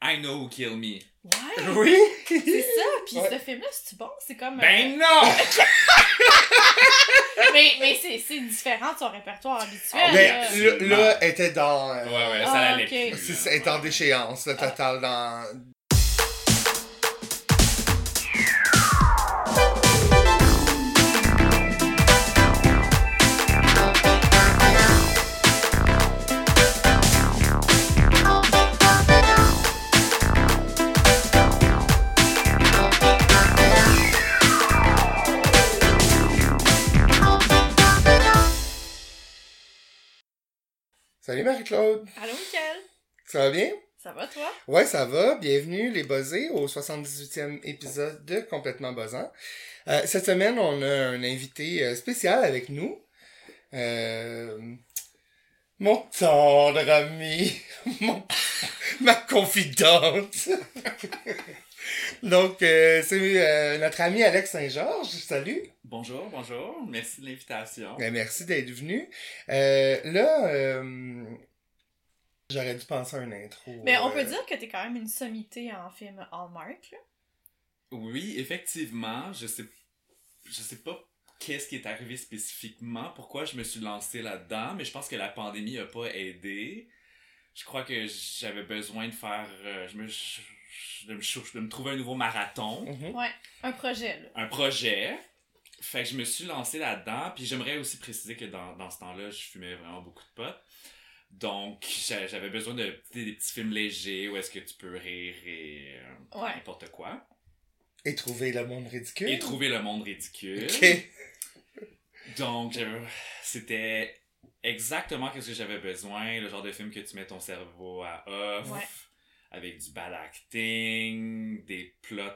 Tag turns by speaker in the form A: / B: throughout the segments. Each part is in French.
A: I Know Who Kill Me.
B: Ouais!
C: Oui!
B: C'est ça, puis
C: Ouais.
B: ce film-là, c'est-tu bon? C'est comme. euh,
A: Ben non!
B: mais mais c'est c'est différent de son répertoire
C: Ah,
B: habituel. là.
C: Mais là, là, elle était dans. euh,
A: Ouais, ouais, ça
B: Ah,
A: l'allait
B: ok.
A: plus, là.
C: C'est ça, elle est en déchéance, le total dans. Salut Marie-Claude,
B: Allô, Michael?
C: ça va bien?
B: Ça va, toi?
C: Ouais, ça va. Bienvenue les buzzés au 78e épisode de Complètement Buzzant. Euh, cette semaine, on a un invité euh, spécial avec nous. Euh, mon tendre ami, mon- ma confidente. Donc, euh, c'est euh, notre ami Alex Saint-Georges. Salut.
A: Bonjour, bonjour. Merci de l'invitation.
C: Ben, merci d'être venu. Euh, là, euh, j'aurais dû penser à une intro.
B: Mais Ben, on
C: euh,
B: peut dire que t'es quand même une sommité en film Hallmark, là.
A: Oui, effectivement, je sais, je sais pas qu'est-ce qui est arrivé spécifiquement, pourquoi je me suis lancé là-dedans, mais je pense que la pandémie a pas aidé. Je crois que j'avais besoin de faire, euh, je me, je- je- de, me, chou- de me trouver un nouveau marathon,
C: mhm.
B: Un projet, là.
A: un projet. Fait que je me suis lancé là-dedans, puis j'aimerais aussi préciser que dans, dans ce temps-là, je fumais vraiment beaucoup de pot. Donc, j'a- j'avais besoin de des, des petits films légers où est-ce que tu peux rire et euh,
B: Ouais.
A: n'importe quoi.
C: Et trouver le monde ridicule.
A: Et trouver le monde ridicule.
C: Ok.
A: Donc, euh, c'était exactement ce que j'avais besoin, le genre de film que tu mets ton cerveau à off,
B: Ouais.
A: avec du bad acting, des plots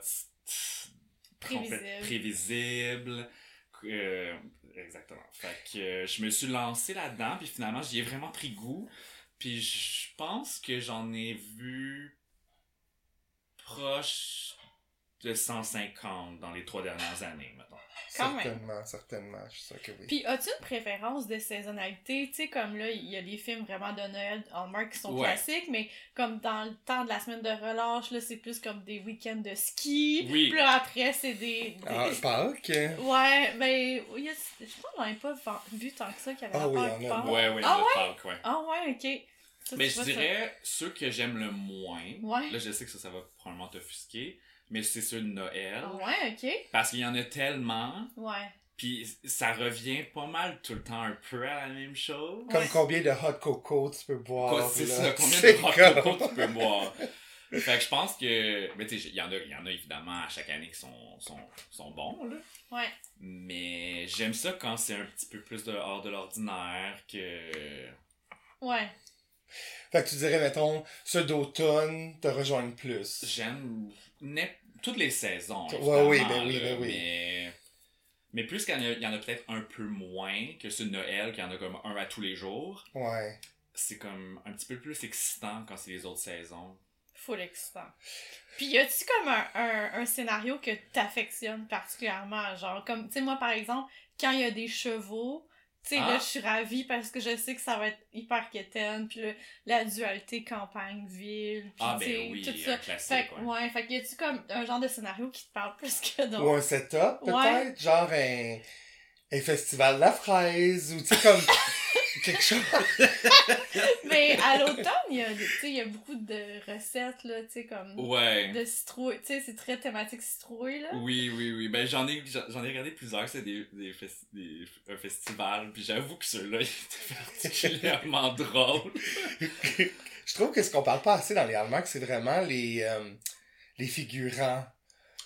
B: Prévisible.
A: complète- prévisibles. Euh, exactement. Fait que euh, je me suis lancé là-dedans, puis finalement, j'y ai vraiment pris goût. Puis je pense que j'en ai vu proche de 150 dans les trois dernières années, mettons.
B: Quand même.
C: certainement, certainement. Je suis sûr que oui.
B: Puis as-tu une préférence de saisonnalité? Tu sais, comme là, il y a des films vraiment de Noël Hallmark qui sont
A: Ouais.
B: classiques, mais comme dans le temps de la semaine de relâche, là, c'est plus comme des week-ends de ski.
A: Oui.
B: Puis là, après, c'est des... des-
C: Ah, Pâques.
B: Ouais, mais il y a- je pense qu'on n'avait pas va- vu tant que ça qu'il y avait
C: Ah oui,
B: rapport
C: il y en a,
B: avec Pâques.
A: Ouais, ouais,
B: Ah
A: notre Hulk, ouais.
B: Ah ouais, ok. Ça,
A: Mais
B: tu
A: je
B: vois, ça-
A: dirais ceux que j'aime le moins.
B: Ouais.
A: Là, je sais que ça, ça va probablement t'offusquer, mais c'est ceux de Noël.
B: Ah ouais, ok.
A: Parce qu'il y en a tellement,
B: Ouais.
A: puis ça revient pas mal tout le temps un peu à la même chose.
C: Comme
B: Ouais.
C: combien de hot coco tu peux boire.
A: Quoi, c'est
C: là.
A: ça, combien
C: C'est
A: de hot
C: comme-
A: coco tu peux boire? Fait que je pense que. Mais tu sais, il y, en a- il y en a évidemment à chaque année qui sont, sont, sont bons, là.
B: Ouais.
A: Mais j'aime ça quand c'est un petit peu plus de, hors de l'ordinaire que.
B: Ouais.
C: Fait que tu dirais, mettons, ceux d'automne te rejoignent plus.
A: J'aime n'im- toutes les saisons.
C: Ouais,
A: évidemment,
C: oui, ben oui,
A: là,
C: ben oui.
A: Mais, mais plus qu'il y en a, il y en a peut-être un peu moins que ce Noël, qu'il y en a comme un à tous les jours,
C: Ouais.
A: c'est comme un petit peu plus excitant quand c'est les autres saisons.
B: Full excitant. Puis y a-tu comme un, un, un scénario que t'affectionnes particulièrement? Genre, comme, tu sais, moi par exemple, quand il y a des chevaux, tu sais,
A: Ah.
B: là, je suis ravie parce que je sais que ça va être hyper quétaine, puis le- la dualité campagne-ville, puis
A: Ah
B: tu sais,
A: ben oui,
B: tout
A: un
B: ça. Fait
A: classique.
B: que,
A: ouais.
B: ouais, fait que y a-tu comme un genre de scénario qui te parle plus que d'autres?
C: Ou un setup, peut-être.
B: Ouais.
C: Genre un, un festival de la fraise. Ou tu sais, comme. quelque chose.
B: Mais à l'automne, il y a, des- tu sais, il y a beaucoup de recettes, là, tu sais, comme
A: Ouais.
B: de citrouille, tu sais, c'est très thématique citrouille, là.
A: Oui, oui, oui. Ben j'en ai, j'en j'en ai regardé plusieurs, c'est des, des, fes- des un festival, puis j'avoue que ceux-là, ils étaient particulièrement drôles.
C: Je trouve que ce qu'on parle pas assez dans les Allemands, c'est vraiment les, euh, les figurants.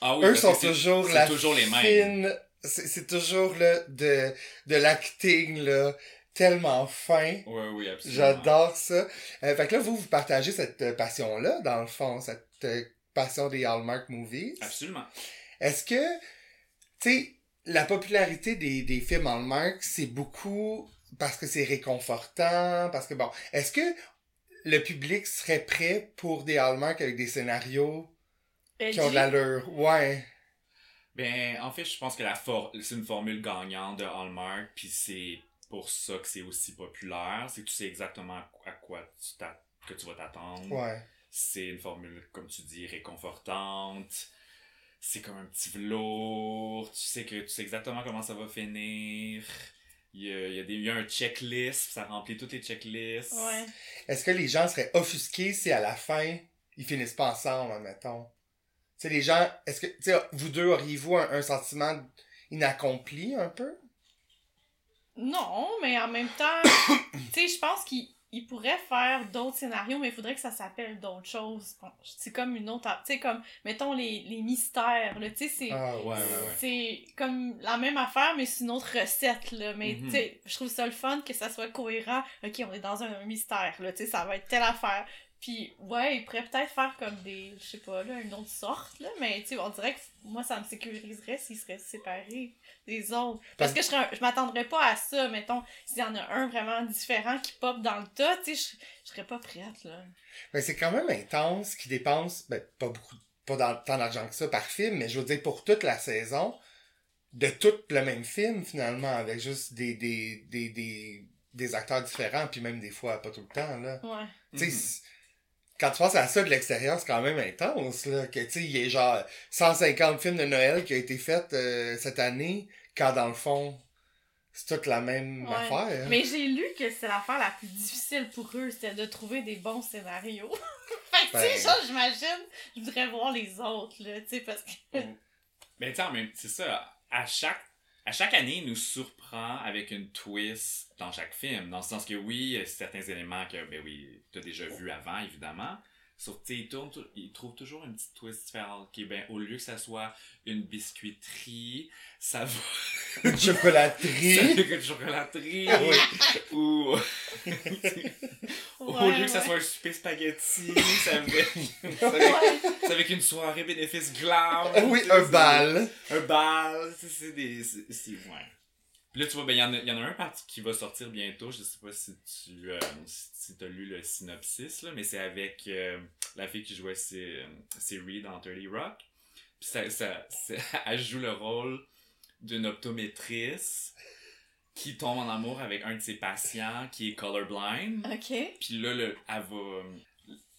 A: Ah
C: Eux
A: parce que
C: sont
A: c'est-
C: toujours
A: c'est
C: la
A: toujours les mêmes.
C: fine- C'est c'est toujours là, de, de l'acting là, tellement fin.
A: Ouais, oui, absolument.
C: J'adore ça. Euh, fait que là, vous, vous partagez cette euh, passion-là, dans le fond, cette euh, passion des Hallmark Movies.
A: Absolument.
C: Est-ce que, tu sais, la popularité des, des films Hallmark, c'est beaucoup parce que c'est réconfortant, parce que bon, est-ce que le public serait prêt pour des Hallmark avec des scénarios qui ont de
B: Edgy.
C: l'allure? Ouais.
A: Ben, en fait, je pense que la for- c'est une formule gagnante de Hallmark, puis c'est pour ça que c'est aussi populaire, c'est que tu sais exactement à quoi tu t'a- que tu vas t'attendre.
C: Ouais.
A: C'est une formule, comme tu dis, réconfortante. C'est comme un petit velours. Tu sais que tu sais exactement comment ça va finir. Il y a, il y a des, il y a un checklist, ça remplit toutes les checklists.
B: Ouais.
C: Est-ce que les gens seraient offusqués si à la fin, ils finissent pas ensemble, admettons? Tu sais, les gens, est-ce que, tu sais, vous deux, auriez-vous un, un sentiment inaccompli un peu?
B: Non, mais en même temps, tu sais, je pense qu'il il pourrait faire d'autres scénarios, mais il faudrait que ça s'appelle d'autres choses. Bon, C'est comme une autre. Tu sais, comme, mettons les, les mystères, là. Tu sais, c'est.
C: Ah,
A: Ouais, ouais, ouais.
B: C'est comme la même affaire, mais c'est une autre recette, là. Mais
A: Mhm.
B: tu sais, je trouve ça le fun que ça soit cohérent. Ok, on est dans un mystère, là. Tu sais, ça va être telle affaire. Puis, ouais, il pourrait peut-être faire comme des, je sais pas, là, une autre sorte, là. Mais tu sais, on dirait que moi, ça me sécuriserait s'ils seraient séparés des autres. Parce que je, serais un- je m'attendrais pas à ça, mettons, s'il y en a un vraiment différent qui pop dans le tas, tu sais, je- je serais pas prête, là.
C: Mais c'est quand même intense qui dépense, ben, pas beaucoup, pas dans- tant d'argent que ça par film, mais je veux dire pour toute la saison, de tout le même film finalement, avec juste des, des, des, des, des acteurs différents, puis même des fois pas tout le temps, là.
B: Ouais.
C: Tu sais,
A: Mhm.
C: c'est- quand tu penses à ça de l'extérieur, c'est quand même intense, là. Que, tu sais, il y a genre 150 films de Noël qui a été fait euh, cette année, quand dans le fond, c'est toute la même
B: Ouais.
C: affaire.
B: Mais j'ai lu que c'est l'affaire la plus difficile pour eux, c'était de trouver des bons scénarios. fait que, tu
C: Ben.
B: sais, genre, j'imagine, je voudrais voir les autres, là, tu sais, parce que.
A: Mais tu sais, en même- c'est ça. À chaque, à chaque année, il nous surprend avec une twist dans chaque film. Dans le sens que oui, il y a certains éléments que, ben oui, t'as déjà vu avant, évidemment. Sauf que, tu sais, il, tourne tou- il trouve toujours une petite twist différente. Qui, ben, au lieu que ça soit une biscuiterie, ça va.
C: Une chocolaterie.
A: une chocolaterie.
C: Hein? Ah oui.
A: ou. au
B: Ouais,
A: lieu que ça
B: ouais.
A: soit un souper spaghetti, ça va être- ça va être-
B: Ouais.
A: c'est avec une soirée bénéfice glam.
C: Ah oui,
A: tu sais,
C: un
A: c'est-
C: bal.
A: Un bal. c'est- C'est des. C'est. c'est- Ouais. Puis là, tu vois, ben, il y, en a- il y en a un parti qui va sortir bientôt. Je sais pas si tu euh, si as lu le synopsis, là, mais c'est avec euh, la fille qui jouait c'est Reed dans 30 Rock. Puis ça, ça, c'est- elle joue le rôle d'une optométrice qui tombe en amour avec un de ses patients qui est colorblind.
B: Ok.
A: Puis là, le, elle va. euh,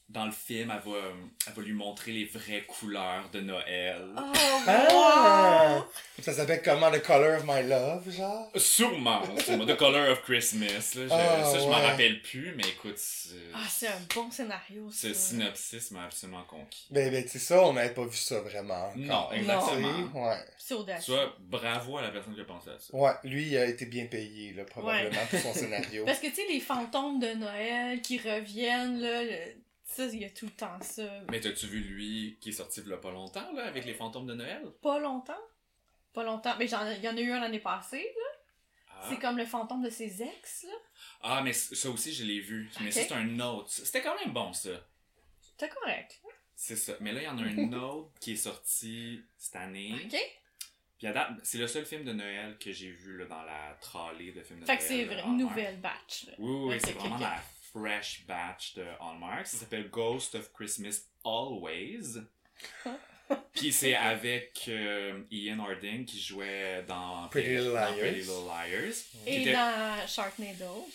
A: Dans le film, elle va, euh, elle va lui montrer les vraies couleurs de Noël.
B: Oh,
C: Ah!
B: wow!
C: Ça s'appelle comment The Color of My Love, genre?
A: Sûrement, sûrement. The Color of Christmas. Là, je-
C: Ah,
A: ça, je m'en
C: ouais.
A: rappelle plus, mais écoute, ce,
B: Ah, c'est un bon scénario, ça.
A: ce synopsis m'a absolument conquis.
C: Ben, ben, c'est ça, on n'avait pas vu ça vraiment.
A: Non,
C: encore.
A: exactement.
C: Tu sais, Ouais.
B: C'est audacieux.
A: Tu vois, bravo à la personne qui a pensé à ça.
C: Ouais, lui, il a été bien payé, là, probablement, pour son scénario.
B: Parce que, tu sais, les fantômes de Noël qui reviennent, là, le- ça, il y a tout le temps ça.
A: Mais t'as-tu vu lui qui est sorti il y a pas longtemps, là, avec les fantômes de Noël?
B: Pas longtemps. Pas longtemps. Mais j'en- il y en a eu un l'année passée, là.
A: Ah,
B: C'est comme le fantôme de ses ex, là.
A: Ah, mais c- ça aussi, je l'ai vu. Mais
B: Ok.
A: ça, c'est un autre. C'était quand même bon, ça.
B: C'était correct.
A: C'est ça. Mais là, il y en a un autre qui est sorti cette année.
B: Ok?
A: Puis à date, c'est le seul film de Noël que j'ai vu là, dans la tralée de films de
B: Fait
A: Noël. Ah,
B: que c'est
A: de
B: vrai, une
A: Hallmark.
B: nouvelle batch. là.
A: Oui, oui, oui,
B: Ok,
A: c'est
B: ok,
A: vraiment
B: ok.
A: la fresh batch de Hallmark. Ça s'appelle Ghost of Christmas Always. Puis c'est avec euh, Ian Harding qui jouait dans
C: Pretty Little
A: dans Pretty
C: Liars.
A: Little Liars. Qui
B: Et
A: était-
B: dans Sharknado.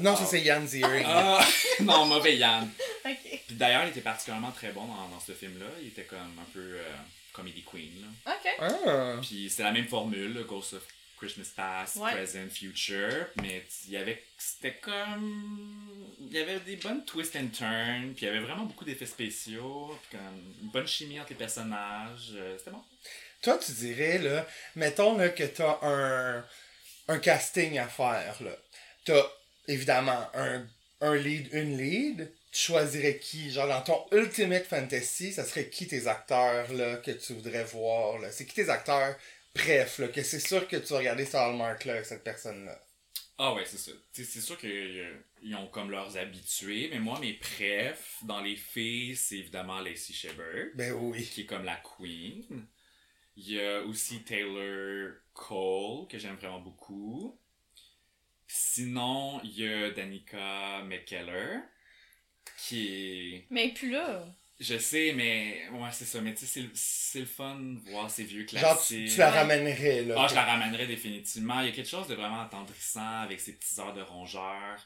C: Non, ça, c'est Yann Ziering.
A: Ah, non, mauvais Yann.
B: Ok.
A: Puis d'ailleurs, il était particulièrement très bon dans, dans ce film-là. Il était comme un peu euh, comedy queen. Là.
B: Ok.
C: Ah.
A: Puis c'est la même formule, là, Ghost of Christmas Past,
B: Ouais.
A: Present, Future. Mais il y avait. C'était comme. Il y avait des bonnes twists and turns. Puis il y avait vraiment beaucoup d'effets spéciaux. Puis comme une bonne chimie entre les personnages. euh, C'était bon.
C: Toi, tu dirais, là, mettons, là, que t'as un, un casting à faire, là. T'as, évidemment, un, un lead, une lead. Tu choisirais qui? Genre, dans ton Ultimate Fantasy, ça serait qui tes acteurs, là, que tu voudrais voir, là? C'est qui tes acteurs, bref, là, que c'est sûr que tu vas regarder sur Hallmark, là, avec cette personne-là.
A: Ah ouais, c'est ça. T'sais, C'est sûr qu'ils ont comme leurs habitués. Mais moi, mes préfs dans les filles, c'est évidemment Lacey Shepard,
C: Ben oui.
A: qui est comme la queen. Il y a aussi Taylor Cole, que j'aime vraiment beaucoup. Sinon, il y a Danica McKellar, qui est...
B: Mais puis là.
A: Je sais, mais... Ouais, c'est ça. Mais tu sais, c'est le- c'est le fun de voir ces vieux
C: Genre, tu,
A: classiques.
C: tu la ramènerais, là.
A: Ah, je la ramènerai définitivement. Il y a quelque chose de vraiment attendrissant avec ses petits airs de rongeur.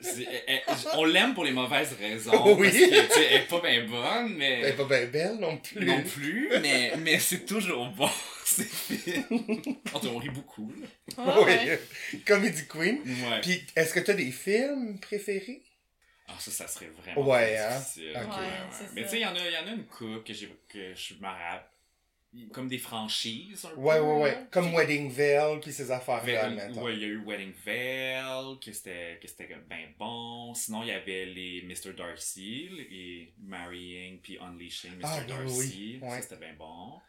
A: C'est- elle- elle- on l'aime pour les mauvaises raisons.
C: Oui.
A: Parce que, tu sais, elle est pas bien bonne, mais.
C: Elle est pas bien belle non plus.
A: Non plus, mais, mais c'est toujours bon, ces films. On on rit beaucoup. là.
B: Ah,
C: oui.
B: ouais.
C: Comedy Queen.
A: Ouais.
C: Puis, est-ce que t'as des films préférés?
A: Ah, ça, ça serait vraiment
C: Ouais, hein?
A: difficile.
C: Ok. Ouais,
B: c'est
A: Mais
B: ça.
A: tu sais, il y, en a- il y en a une coupe que, j'ai- que je me rappelle. Comme des franchises, un
C: Ouais,
A: peu.
C: ouais,
A: là.
C: ouais. Comme Wedding Veil, puis ces affaires-là,
A: Ve-
C: mettons.
A: ouais, il y a eu Wedding Veil, que c'était que c'était comme ben bon. Sinon, il y avait les Mr. Darcy et Marrying puis Unleashing Mr.
C: Ah, oui,
A: Darcy.
C: oui, ouais.
A: Ça, c'était bien bon.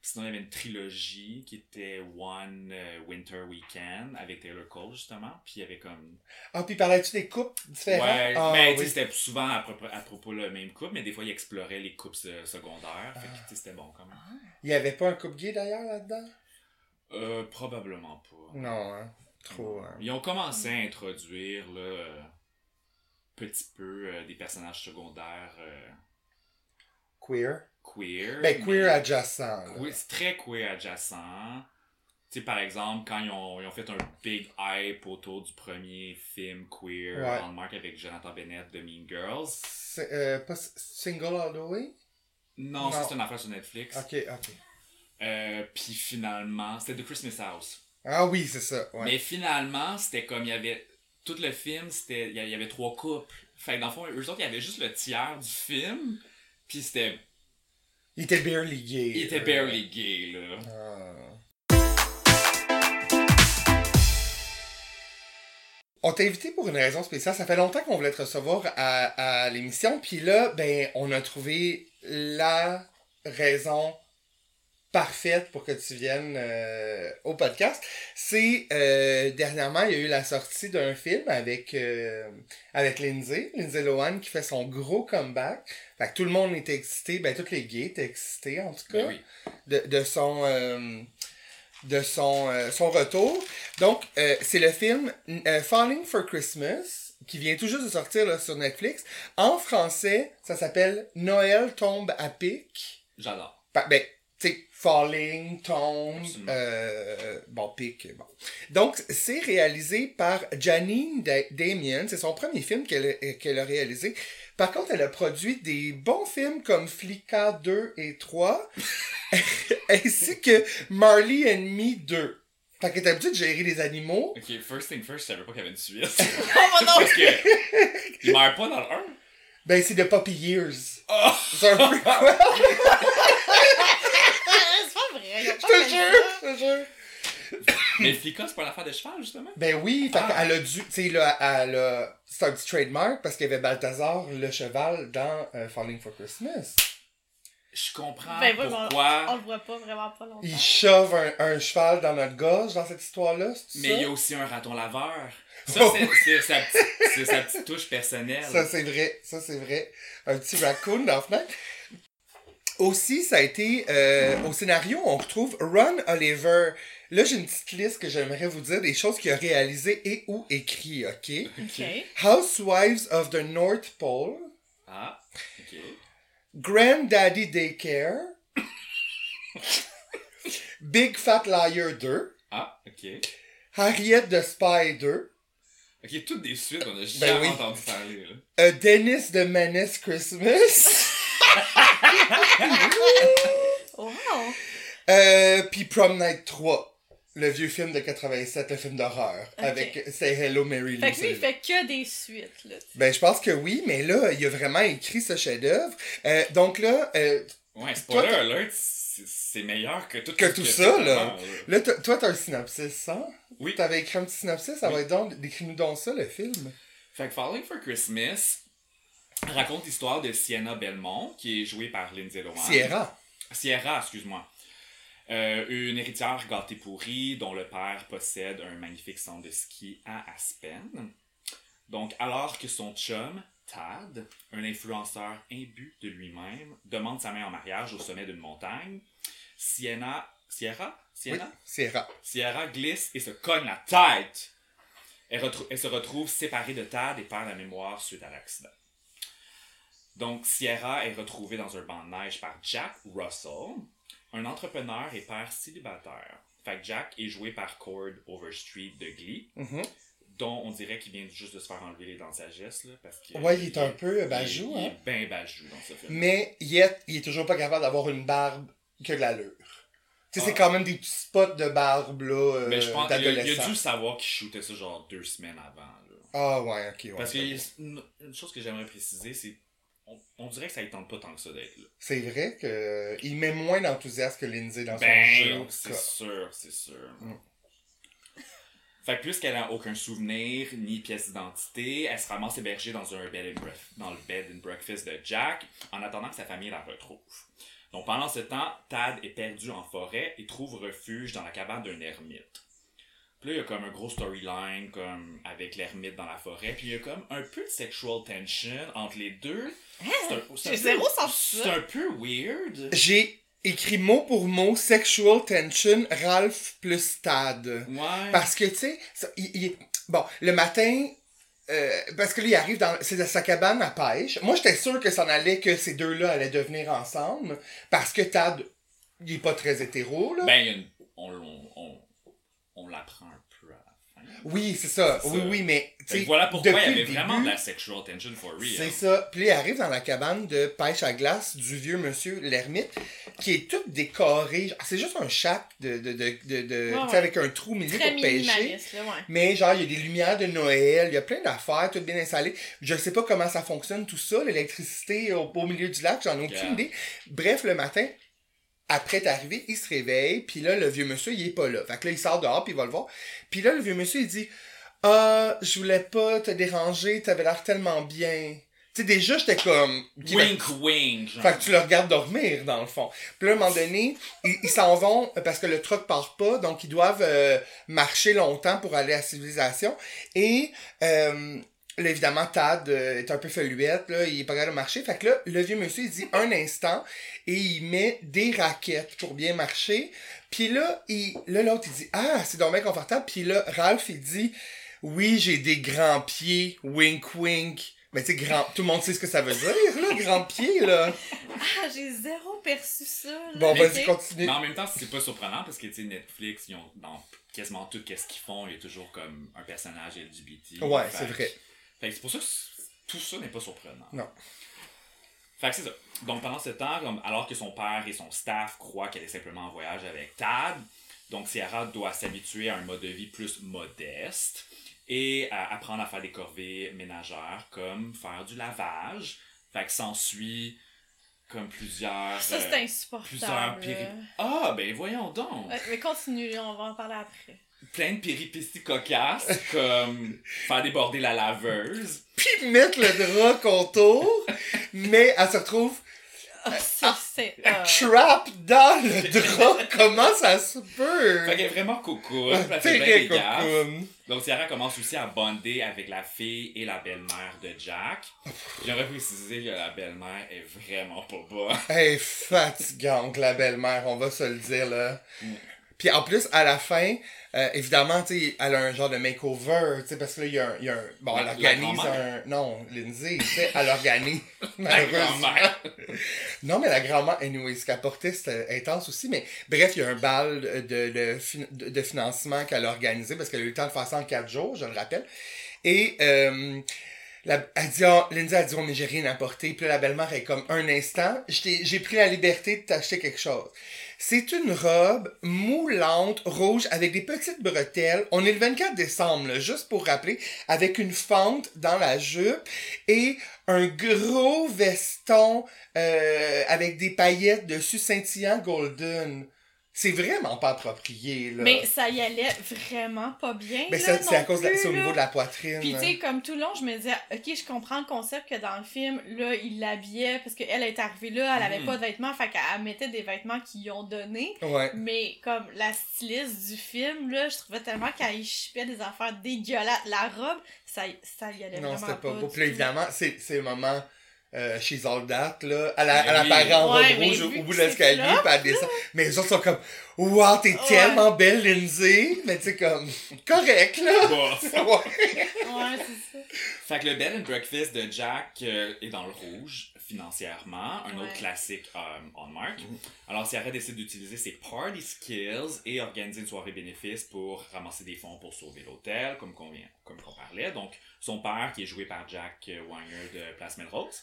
A: Puis Sinon, il y avait une trilogie qui était One euh, Winter Weekend avec Taylor Cole, justement. Puis il y avait comme.
C: Ah, puis parlais-tu des coupes différentes?
A: Ouais,
C: Ah,
A: mais tu sais,
C: oui.
A: c'était souvent à propos, à propos le même couple, mais des fois, il explorait les coupes euh, secondaires. Fait que tu sais, c'était bon quand même.
C: Il y avait pas un couple gay d'ailleurs là-dedans?
A: Euh, probablement pas.
C: Non, hein. Trop, hein.
A: Ils ont commencé à introduire, là, euh, petit peu, euh, des personnages secondaires euh,
C: Queer.
A: queer.
C: Ben, queer
A: mais-
C: adjacent. là.
A: Oui, c'est très queer adjacent. Tu sais, par exemple, quand ils ont, ils ont fait un big hype autour du premier film queer
C: Ouais.
A: Hallmark avec Jonathan Bennett de Mean Girls.
C: C'est, euh, pas s- single all the way?
A: Non, ça,
C: Non.
A: c'est une affaire sur Netflix.
C: Ok, ok.
A: Euh, Puis finalement, c'était The Christmas House.
C: Ah oui, c'est ça, ouais.
A: Mais finalement, c'était comme il y avait. Tout le film, c'était. Il y a- il y avait trois couples. Fait que dans le fond, eux autres, il y avait juste le tiers du film. Puis c'était.
C: Il était barely gay.
A: Il était
C: là.
A: barely gay, là.
C: Ah. On t'a invité pour une raison spéciale. Ça fait longtemps qu'on voulait te recevoir à, à l'émission. Puis là, ben, on a trouvé la raison parfaite pour que tu viennes euh, au podcast. C'est euh, dernièrement, il y a eu la sortie d'un film avec, euh, avec Lindsay, Lindsay Lohan qui fait son gros comeback. Fait que tout le monde était excité, ben tous les gays étaient excités en tout cas
A: Ben oui.
C: de, de son euh, de son euh, son retour. Donc euh, c'est le film euh, Falling for Christmas qui vient tout juste de sortir là, sur Netflix. En français, ça s'appelle Noël tombe à pic.
A: J'adore.
C: Fa- Ben, tu sais, Falling tombe
A: Absolument.
C: euh, bon pic bon. Donc c'est réalisé par Janine Da- Damien, c'est son premier film qu'elle euh, qu'elle a réalisé. Par contre, elle a produit des bons films comme Flicka 2 et 3 ainsi que Marley and Me 2. Fait qu'elle est habituée de gérer les animaux.
A: Ok, first thing first, je savais pas qu'il y avait une suite.
B: Oh, mon
A: Parce que. Il meurt pas dans le 1.
C: Ben, c'est de Poppy Years.
A: Oh!
C: C'est un prequel.
B: Ah, c'est pas vrai. ils ont
C: Je
B: pas
C: te
B: fait
C: jure,
B: ça.
C: je te jure.
A: Mais Flicka, c'est pas l'affaire de cheval, justement.
C: Ben oui, fait
A: Ah.
C: qu'elle a dû, tu sais, là, elle a, c'est un petit trademark parce qu'il y avait Balthazar, le cheval, dans euh, Falling for Christmas.
A: Je comprends
B: Ben, ouais,
A: pourquoi.
B: On le voit pas vraiment pas longtemps.
C: Il shove un, un cheval dans notre gorge dans cette histoire-là, c'est
A: Mais il y a
C: ça?
A: aussi un raton laveur. Ça,
C: Oh.
A: c'est- c'est sa, petite- c'est sa petite touche personnelle.
C: Ça, c'est vrai, ça, c'est vrai. Un petit raccoon dans la fenêtre. Aussi, ça a été, euh, au scénario, on retrouve Ron Oliver. Là, j'ai une petite liste que j'aimerais vous dire des choses qu'il a réalisées et ou écrites, OK?
B: Ok.
C: Housewives of the North Pole,
A: Ah, ok.
C: Granddaddy Daycare, Big Fat Liar 2,
A: Ah, ok.
C: Harriet the Spy 2,
A: Ok, toutes des suites, on a jamais
C: Ben oui.
A: entendu parler. Là.
C: A Dennis the Menace Christmas,
B: Oh, Wow.
C: euh, puis Prom Night 3, le vieux film de 87, le film d'horreur,
B: Ok.
C: avec Say Hello Mary Lou.
B: Fait que lui, il
C: c'est-
B: fait que des suites, là.
C: Ben, je pense que oui, mais là, il a vraiment écrit ce chef-d'œuvre. Euh, donc là, euh,
A: Ouais, spoiler
C: Toi,
A: alert, c'est c'est meilleur que tout,
C: Que
A: ce
C: tout
A: que-
C: ça, là.
A: Ah,
C: là t- toi, t'as un synopsis, hein?
A: Oui.
C: T'avais écrit un petit synopsis, ça
A: Oui.
C: va être donc, décris-nous donc ça, le film.
A: Fait que Falling for Christmas raconte l'histoire de Sienna Belmont, qui est jouée par Lindsay Lohan.
C: Sierra.
A: Sierra, excuse-moi. Euh, une héritière gâtée pourrie dont le père possède un magnifique centre de ski à Aspen. Donc, alors que son chum, Tad, un influenceur imbu de lui-même, demande sa main en mariage au sommet d'une montagne, Sienna, Sierra,
C: Oui,
A: Sienna,
C: Sierra.
A: Sierra glisse et se cogne la tête. Elle, retrou- elle se retrouve séparée de Tad et perd la mémoire suite à l'accident. Donc, Sierra est retrouvée dans un banc de neige par Jack Russell, un entrepreneur et père célibataire. Fait que Jack est joué par Cord Overstreet de Glee.
C: Mhm.
A: dont on dirait qu'il vient juste de se faire enlever les dents de sagesse, là, parce que...
C: Ouais, il est un peu bajou,
A: il, il
C: hein.
A: est bien bajou dans ce film.
C: Mais Yet, il est toujours pas capable d'avoir une barbe qui a de l'allure. Tu sais,
A: Ah.
C: c'est quand même des petits spots de barbe, là, euh,
A: Mais je pense qu'il a, il a
C: d'adolescent.
A: dû savoir qu'il shootait ça genre deux semaines avant, là.
C: Ah, ouais, ok, ouais.
A: Parce que
C: c'est
A: il-
C: vrai.
A: une, une chose que j'aimerais préciser, c'est on, on dirait que ça ne tente pas tant que ça d'être là.
C: C'est vrai que euh, il met moins d'enthousiasme que Lindsay dans son jeu. en
A: Ben,
C: tout
A: c'est
C: cas.
A: sûr, c'est sûr.
C: Mm.
A: Fait que puisqu'elle a aucun souvenir ni pièce d'identité, elle se ramasse hébergée dans un bed and bref- dans le bed and breakfast de Jack en attendant que sa famille la retrouve. Donc pendant ce temps, Tad est perdu en forêt et trouve refuge dans la cabane d'un ermite. Puis là, il y a comme un gros storyline comme avec l'ermite dans la forêt, puis il y a comme un peu de sexual tension entre les deux. C'est un- c'est un
B: Hein? J'ai
A: peu-
B: zéro sens de
A: C'est
B: ça.
A: un peu weird.
C: J'ai écrit mot pour mot sexual tension Ralph plus Tad.
A: Ouais.
C: Parce que, tu sais, ça- il, il- bon, le matin, euh, parce que là, il arrive dans c'est de sa cabane à pêche. Moi, j'étais sûr que ça en allait, que ces deux-là allaient devenir ensemble, parce que Tad, il est pas très hétéro, là.
A: Ben, il y a une- on, on, on, on l'apprend un peu à la fin.
C: oui, c'est ça.
A: c'est
C: Oui,
A: ça.
C: oui, mais, tu
A: Fait
C: sais,
A: que voilà pourquoi il y
C: depuis
A: avait
C: le
A: vraiment de
C: début,
A: la hein. sexual tension for
C: C'est
A: real.
C: ça. Puis là, il arrive dans la cabane de pêche à glace du vieux monsieur l'ermite, qui est tout décoré. Ah, C'est juste un chac de, de, de, de, de-
B: Ouais,
C: tu sais,
B: ouais.
C: avec un trou au milieu
B: Très
C: pour pêcher.
B: minimaliste, là, ouais.
C: Mais genre, il y a des lumières de Noël, il y a plein d'affaires, tout bien installé. Je sais pas comment ça fonctionne tout ça, l'électricité au, au milieu du lac, j'en ai aucune
A: Yeah.
C: idée. Bref, le matin, après t'es arrivé, il se réveille, puis là, le vieux monsieur, il est pas là. Fait que là, il sort dehors, puis il va le voir. Puis là, le vieux monsieur, il dit Ah, je voulais pas te déranger, t'avais l'air tellement bien. Tu sais, déjà, j'étais comme. Qui va-
A: Wink, wink. genre.
C: fait que tu le regardes dormir, dans le fond. Puis là, à un moment donné, ils ils s'en vont euh, parce que le truck part pas, donc ils doivent euh, marcher longtemps pour aller à la civilisation. Et euh, là, évidemment, Tad euh, est un peu feluette, là, il est pas capable de marcher. Fait que là, le vieux monsieur, il dit un instant et il met des raquettes pour bien marcher. Puis là, il, là, l'autre, il dit Ah, c'est donc bien confortable. Puis là, Ralph, il dit Oui, j'ai des grands pieds, wink wink. Mais tu sais, grand, tout le monde sait ce que ça veut dire, là, grands pieds, là.
B: Ah, j'ai zéro perçu ça. là.
C: Bon,
A: Mais
C: vas-y,
B: Ok.
C: continue.
A: Mais en même temps, c'est pas surprenant parce que, tu sais, Netflix, ils ont dans quasiment tout qu'est-ce qu'ils font, il y a toujours comme un personnage LGBT.
C: ouais,
A: Fait
C: c'est
A: que-
C: vrai.
A: Fait que c'est pour ça que c- tout ça n'est pas surprenant.
C: Non.
A: Fait que c'est ça. Donc pendant ce temps, comme- alors que son père et son staff croient qu'elle est simplement en voyage avec Tad, donc Sierra doit s'habituer à un mode de vie plus modeste et à apprendre à faire des corvées ménagères comme faire du lavage. Fait que s'ensuit comme plusieurs.
B: Ça,
A: euh,
B: c'est
A: plusieurs
B: insupportable.
A: péri-
B: là.
A: Ah, ben voyons donc!
B: Ouais, Mais continue, on va en parler après.
A: Plein de péripéties cocasses, comme faire déborder la laveuse.
C: Puis mettre le drap contour, mais elle se retrouve
B: Ah, c'est- c'est. ah.
C: trap dans le drap. Comment ça se
A: Fait
C: peut?
A: qu'elle est vraiment coucou.
C: Ah,
A: Elle fait bien
C: T'es
A: des gaffes.
C: cocoon.
A: Donc Ciara commence aussi à bonder avec la fille et la belle-mère de Jack. J'aurais précisé que la belle-mère est vraiment pas bonne.
C: Elle est fatigante, la belle-mère, on va se le dire, là.
A: Mm.
C: Puis en plus, à la fin, euh, évidemment, tu sais, elle a un genre de makeover, tu sais, parce que là, il y a un... il y a un- bon,
A: La-
C: elle
A: la
C: organise un...
A: grand-mère.
C: Non, Lindsay, tu sais, elle organise...
A: La
C: malheureusement.
A: grand-mère.
C: Non, mais la grand-mère, anyway, ce qu'elle portait, c'était intense aussi. Mais bref, il y a un bal de, de, fin- de- de financement qu'elle a organisé parce qu'elle a eu le temps de faire ça en quatre jours, je le rappelle. Et euh, la, elle dit, Ah, Lindsay a dit, oh, mais j'ai rien apporté. Puis là, la belle-mère est comme, un instant, je t'ai- j'ai pris la liberté de t'acheter quelque chose. C'est une robe moulante, rouge, avec des petites bretelles. On est le 24 décembre, là, juste pour rappeler, avec une fente dans la jupe et un gros veston euh, avec des paillettes dessus scintillant golden. C'est vraiment pas approprié, là.
B: Mais ça y allait vraiment pas bien.
C: Mais
B: là,
C: ça, c'est à
B: non
C: cause de la-
B: plus,
C: c'est au
B: là.
C: niveau de la poitrine. hein.
B: Puis tu sais, comme tout le long, je me disais, ok, je comprends le concept que dans le film, là, il l'habillait parce qu'elle est arrivée là, elle avait
A: Mhm.
B: pas de vêtements, fait qu'elle mettait des vêtements qu'ils lui ont donnés.
C: Ouais.
B: Mais comme la styliste du film, là, je trouvais tellement qu'elle y chipait des affaires dégueulasses. La robe, ça, y- ça y allait
C: Non,
B: vraiment
C: c'était
B: pas.
C: pas beau.
B: du
C: Puis là,
B: tout.
C: évidemment, c'est c'est le moment euh, She's All That, là. Elle,
A: Ben
C: a- elle
A: oui.
C: apparaît en robe
B: Ouais, mais
C: rouge au
B: vu
C: bout
B: que
C: de
B: c'est
C: l'escalier,
B: flop,
C: puis elle descend. Mais les autres sont comme « Wow, t'es tellement belle, Lindsay! » Mais tu sais, comme, correct, là.
A: Bof.
C: Ouais.
B: Ouais, c'est ça.
A: Fait que le bed and breakfast de Jack euh, est dans le rouge. financièrement, un
B: Ouais.
A: autre classique euh, on mark.
C: Mm-hmm.
A: Alors, Ciara décide d'utiliser ses party skills et organiser une soirée bénéfice pour ramasser des fonds pour sauver l'hôtel, comme qu'on vient- comme qu'on parlait. Donc, son père, qui est joué par Jack Wanger de Place Melrose.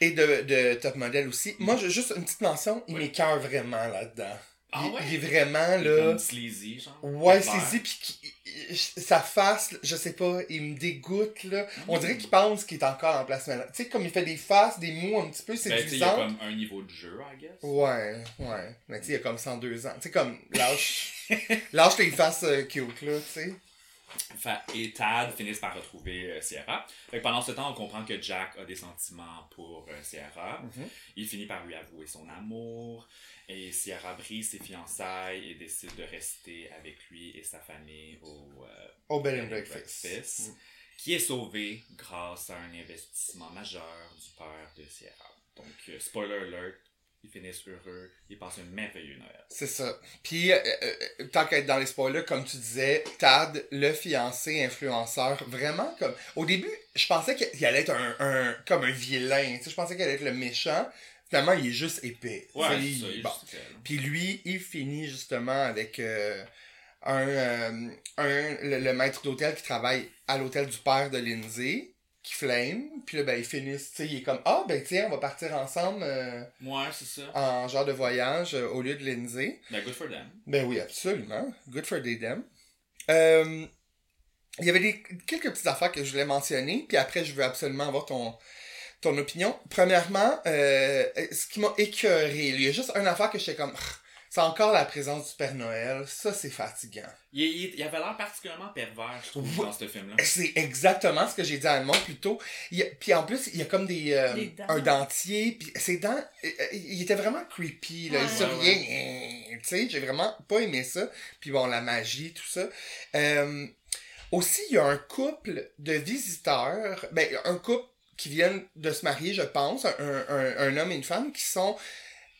C: Et de, de Top Model aussi. Moi, j'ai juste une petite mention, il
A: Ouais.
C: m'écoeure vraiment là-dedans.
A: Ah
C: il,
A: ouais?
C: il est vraiment
A: Il est
C: là.
A: Comme sleazy, genre.
C: Ouais,
A: Clair.
C: c'est puis qui- il- sa face, je sais pas, il me dégoûte là. On
A: Mhm.
C: dirait qu'il pense qu'il est encore en place maintenant. Tu sais, comme il fait des faces, des mots un petit peu
A: Ben, tu sais, il y a
C: séduisants.
A: comme un niveau de jeu, I guess.
C: Ouais, ouais. Mais tu sais, il a comme 102 ans. Tu sais, comme, lâche, lâche les faces euh, cute là, tu sais.
A: Fa- et Tad finissent par retrouver euh, Sierra. Fait que pendant ce temps, on comprend que Jack a des sentiments pour euh, Sierra.
C: Mhm.
A: Il finit par lui avouer son amour. Et Sierra brise ses fiançailles et décide de rester avec lui et sa famille au euh,
C: Au bed and
A: Bed and
C: breakfast.
A: Breakfast,
C: Mm.
A: qui est sauvé grâce à un investissement majeur du père de Sierra. Donc, euh, spoiler alert, ils finissent heureux. Ils passent un merveilleux Noël.
C: C'est ça. Puis, euh, euh, tant qu'à être dans les spoilers, comme tu disais, Tad, le fiancé influenceur, vraiment comme. Au début, je pensais qu'il allait être un, un- comme un vilain. Tu sais, je pensais qu'il allait être le méchant. Finalement, il est juste épais.
A: Ouais,
C: Tu sais,
A: c'est ça, il est
C: bon.
A: juste tel.
C: Puis lui, il finit justement avec euh, un, euh, un- le, le maître d'hôtel qui travaille à l'hôtel du père de Lindsay, qui flame. Puis là, ben, ils finissent, tu sais, il est comme, ah, ben, tiens, on va partir ensemble euh,
A: Ouais, c'est ça.
C: en genre de voyage euh, au lieu de Lindsay.
A: Ben, good for them.
C: Ben oui, absolument. Good for the them. Euh, il y avait des, quelques petites affaires que je voulais mentionner, puis après, je veux absolument avoir ton, ton opinion. Premièrement, euh, ce qui m'a écœuré, il y a juste une affaire que j'étais comme, Ah, c'est encore la présence du Père Noël, ça c'est fatigant.
A: Il, il- il avait l'air particulièrement pervers, je trouve,
C: Ouais.
A: dans ce film-là.
C: C'est exactement ce que j'ai dit à Edmond plus tôt. Il y a- puis en plus, il y a comme des, euh,
B: Des dents.
C: un dentier, puis ses dents, euh, euh, il était vraiment creepy, là,
B: Ouais.
C: il souriait,
A: Ouais,
C: euh, tu sais, j'ai vraiment pas aimé ça. Puis bon, la magie, tout ça. Euh, aussi, il y a un couple de visiteurs, ben, un couple qui viennent de se marier, je pense, un, un- un homme et une femme, qui sont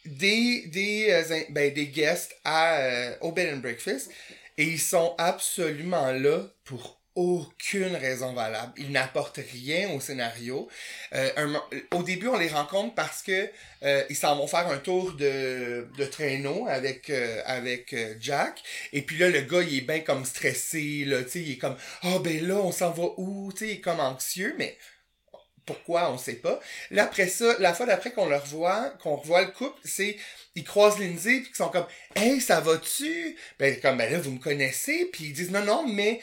C: des, des, euh, in- ben, des guests à, euh, au Bed and Breakfast, et ils sont absolument là pour aucune raison valable. Ils n'apportent rien au scénario. Euh, un mo- au début, on les rencontre parce que euh, ils s'en vont faire un tour de, de traîneau avec, euh, avec euh, Jack. Et puis là, le gars, il est bien comme stressé, là, tu sais, il est comme, ah ben là, on s'en va où, tu sais, il est comme anxieux, mais pourquoi, on sait pas. Là, après ça, la fois d'après qu'on le revoit, qu'on revoit le couple, c'est, ils croisent Lindsay, puis ils sont comme, hey, ça va-tu? Ben, comme, ben là, vous me connaissez, puis ils disent, non, non, mais,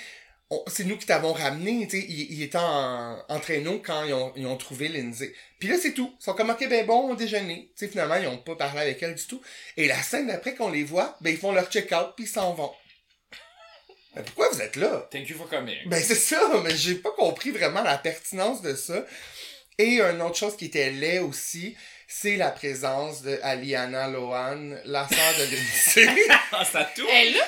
C: on- c'est nous qui t'avons ramené, tu sais, il, il était en, en traîneau quand ils ont, ils ont trouvé Lindsay. Puis là, c'est tout. Ils sont comme, ok, ben bon, on déjeuner. Tu sais, finalement, ils ont pas parlé avec elle du tout. Et la scène d'après qu'on les voit, ben, ils font leur check-out, puis ils s'en vont. Ben, pourquoi vous êtes là?
A: Thank you for coming.
C: Ben c'est ça, mais j'ai pas compris vraiment la pertinence de ça. Et une autre chose qui était laid aussi, c'est la présence de Aliana Lohan, la sœur de Lindsay.
A: Ah, ça tourne!
B: Elle là,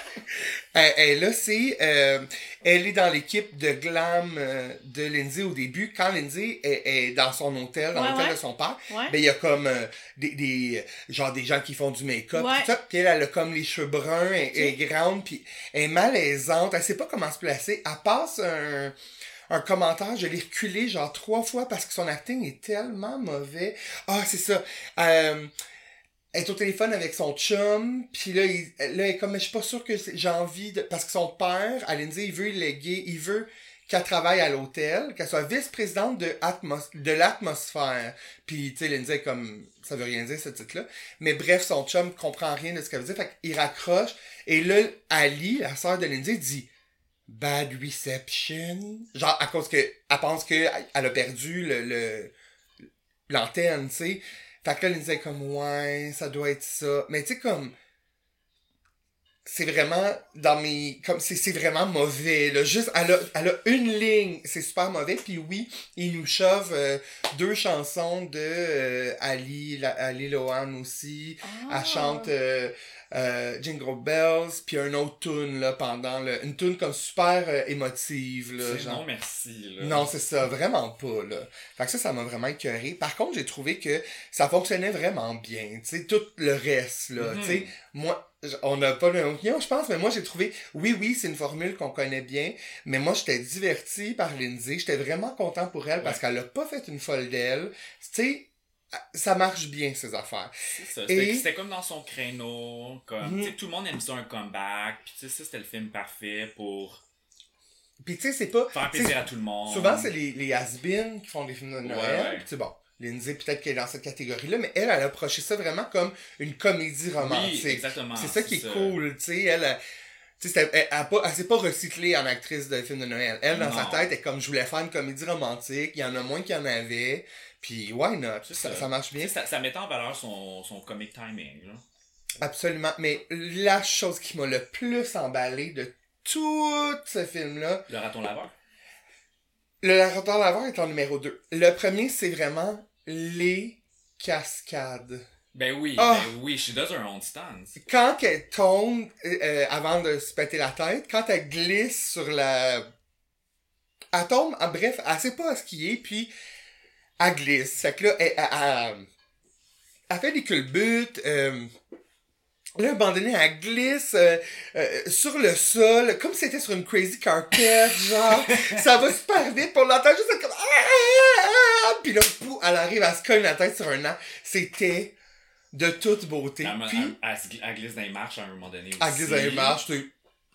C: elle, elle, là, c'est, euh, elle est dans l'équipe de glam euh, de Lindsay au début. Quand Lindsay est, est dans son hôtel, dans
B: Ouais,
C: l'hôtel
B: ouais.
C: de son père,
B: ouais.
C: ben il y a comme euh, des, des genre des gens qui font du make-up
B: Ouais.
C: tout ça puis elle, elle a comme les cheveux bruns elle, elle est grande puis elle est malaisante elle sait pas comment se placer elle passe un un commentaire, je l'ai reculé genre trois fois parce que son acting est tellement mauvais. Ah, c'est ça. Euh, elle est au téléphone avec son chum, puis là, il, là, elle est comme, Mais je suis pas sûre que c'est- j'ai envie de... Parce que son père, à Lindsay, il veut léguer, il veut qu'elle travaille à l'hôtel, qu'elle soit vice-présidente de, Atmos- de l'atmosphère. Puis, tu sais, Lindsay, est comme, ça veut rien dire, ce titre-là. Mais bref, son chum comprend rien de ce qu'elle veut dire, fait qu'il raccroche. Et là, Ali, la sœur de Lindsay, dit Bad reception. Genre, à cause que, elle pense qu'elle a perdu le, le- l'antenne, tu sais. Fait que là, Lindsay est comme, ouais, ça doit être ça. Mais tu sais, comme, c'est vraiment dans mes comme c'est c'est vraiment mauvais là juste elle a, elle a une ligne c'est super mauvais puis oui il nous chauffe euh, deux chansons de euh, Ali la- Ali Lohan aussi
B: Ah.
C: elle chante euh, euh, Jingle Bells puis un autre tune là pendant le une tune comme super euh, émotive là
A: C'est
C: genre
A: Non, merci. Là.
C: non, c'est ça, vraiment pas, là. Fait que ça, ça m'a vraiment écœuré. Par contre, j'ai trouvé que ça fonctionnait vraiment bien, tu sais, tout le reste, là,
A: Mhm.
C: tu sais. Moi, j- on n'a pas le même opinion, je pense, mais moi, j'ai trouvé, oui, oui, c'est une formule qu'on connaît bien, mais moi, j'étais diverti par Lindsay, j'étais vraiment content pour elle parce qu'elle a pas fait une folle d'elle, tu sais. ah, ça marche bien, ces affaires.
A: C'est ça.
C: Et-
A: C'était c'était comme dans son créneau. Comme,
C: Mhm.
A: tu sais, tout le monde aime ça un comeback. Puis tu sais, ça, c'était le film parfait pour
C: Puis tu sais, c'est pas.
A: faire
C: tu sais,
A: plaisir à tout le monde.
C: Souvent, c'est les, les has-been qui font des films de Noël.
A: Ouais, ouais.
C: Puis tu sais, bon, Lindsay, peut-être qu'elle est dans cette catégorie-là, mais elle, elle a approché ça vraiment comme une comédie
A: Oui,
C: romantique.
A: exactement.
C: c'est ça qui est cool, tu sais. Elle, elle, tu sais, c'était- elle, elle a pas- elle s'est pas recyclée en actrice de film de Noël. Elle, dans
A: Non.
C: sa tête, elle est comme je voulais faire une comédie romantique, il y en a moins qu'il y en avait, puis why not?
A: C'est
C: Ça,
A: ça.
C: ça marche
A: Tu
C: bien.
A: sais, Ça, ça mettait en valeur son, son comic timing. là.
C: Absolument. Mais la chose qui m'a le plus emballé de tout ce film-là,
A: Le raton laveur.
C: Le narrateur laveur est en numéro 2. Le premier, c'est vraiment les cascades.
A: Ben oui,
C: Ah!
A: ben oui, she does her own stunts.
C: Quand elle tombe euh, euh, avant de se péter la tête, quand elle glisse sur la... Elle tombe, en bref, elle sait pas skier, puis elle glisse. Fait que là, elle, elle- elle- elle fait des culbutes. euh, Là, à un moment donné, elle glisse euh, euh, sur le sol, comme si c'était sur une crazy carpet, genre. ça va super vite, puis on l'entend juste comme... Ah, ah, ah, Puis là, pou, elle arrive à se coller la tête sur un an. C'était de toute beauté.
A: Elle,
C: Puis,
A: elle- elle se gl- elle glisse dans les marches à un moment donné aussi.
C: à Glisse dans les marches, t'es-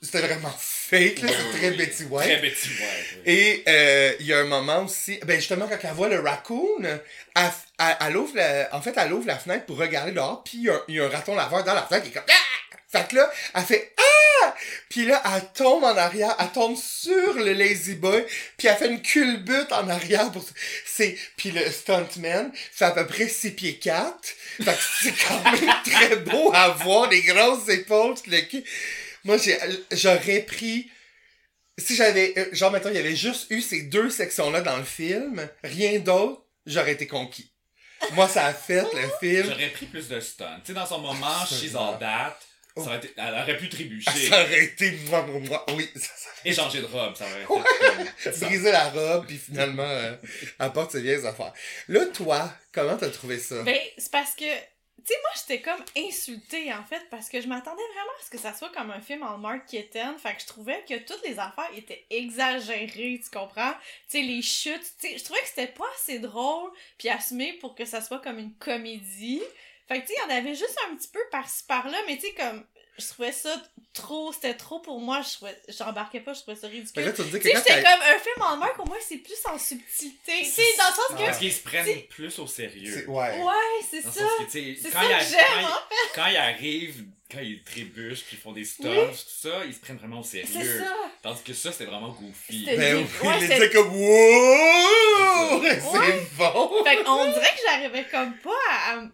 C: c'était vraiment fake,
A: Oui,
C: là, c'est
A: oui,
C: très
A: oui.
C: Betty White.
A: Très Betty White. oui.
C: Et euh, il y a un moment aussi, ben justement quand elle voit le raccoon, elle, f- elle- elle ouvre la, en fait elle ouvre la fenêtre pour regarder dehors, puis il y a- il y, a un raton laveur dans la fenêtre qui est comme ah! Fait que là, elle fait ah! Puis là, elle tombe en arrière, elle tombe sur le lazy boy, puis elle fait une culbute en arrière pour c'est puis le stuntman fait à peu près 6 pieds 4. Fait que c'est quand même très beau à voir des grosses épaules, puis le cul. Moi j'ai j'aurais pris si j'avais, euh, genre, maintenant il y avait juste eu ces deux sections-là dans le film, rien d'autre, j'aurais été conquis. Moi, ça a fait le film.
A: J'aurais pris plus de stunts. Tu sais, dans son
C: Ah,
A: moment, she's
C: Absolument.
A: all that. Ça aurait été- elle aurait pu trébucher.
C: Oh. Ah, Ça aurait été moi, moi, moi. Oui, ça, ça
A: Et changer de robe, ça aurait été.
C: ça- briser la robe, puis finalement, euh, apporte ses vieilles affaires. Là, toi, comment t'as trouvé ça?
B: Ben, c'est parce que, tu sais, moi, j'étais comme insultée, en fait, parce que je m'attendais vraiment à ce que ça soit comme un film en Mark Keaton. Fait que je trouvais que toutes les affaires étaient exagérées, tu comprends? Tu sais, les chutes, tu sais, je trouvais que c'était pas assez drôle puis assumé pour que ça soit comme une comédie. Fait que, tu sais, il y en avait juste un petit peu par-ci, par-là, mais tu sais, comme, je trouvais ça trop, c'était trop pour moi, je trouvais, j'embarquais pas, je trouvais ça
C: Fait
B: ridicule.
C: que là, tu me dis
B: Tu sais,
C: que quand
B: j'étais
C: t'as-
B: comme un film en Mark, au moins, c'est plus en subtilité. Tu sais, dans le sens que...
A: Parce qu'ils se prennent
B: C'est-
A: plus au
C: c'est-
A: sérieux.
C: Ah Ouais.
B: Ouais, c'est
A: Dans le
B: ça.
A: sens que, tu sais,
B: C'est
A: quand
B: ça
A: ils
B: que
A: arri-
B: j'aime,
A: quand
B: en
A: ils- Quand ils arrivent, quand ils trébuchent, puis ils font des stunts,
B: Oui.
A: tout ça, ils se prennent vraiment au
B: C'est
A: sérieux.
B: ça.
A: Tandis que ça, c'était vraiment goofy.
B: C'était-
C: Ben
B: Ouais,
C: oui, il
B: c'est-
C: était comme wow!
A: Ouais.
C: C'est bon!
B: Fait qu'on dirait que j'arrivais comme pas à, à-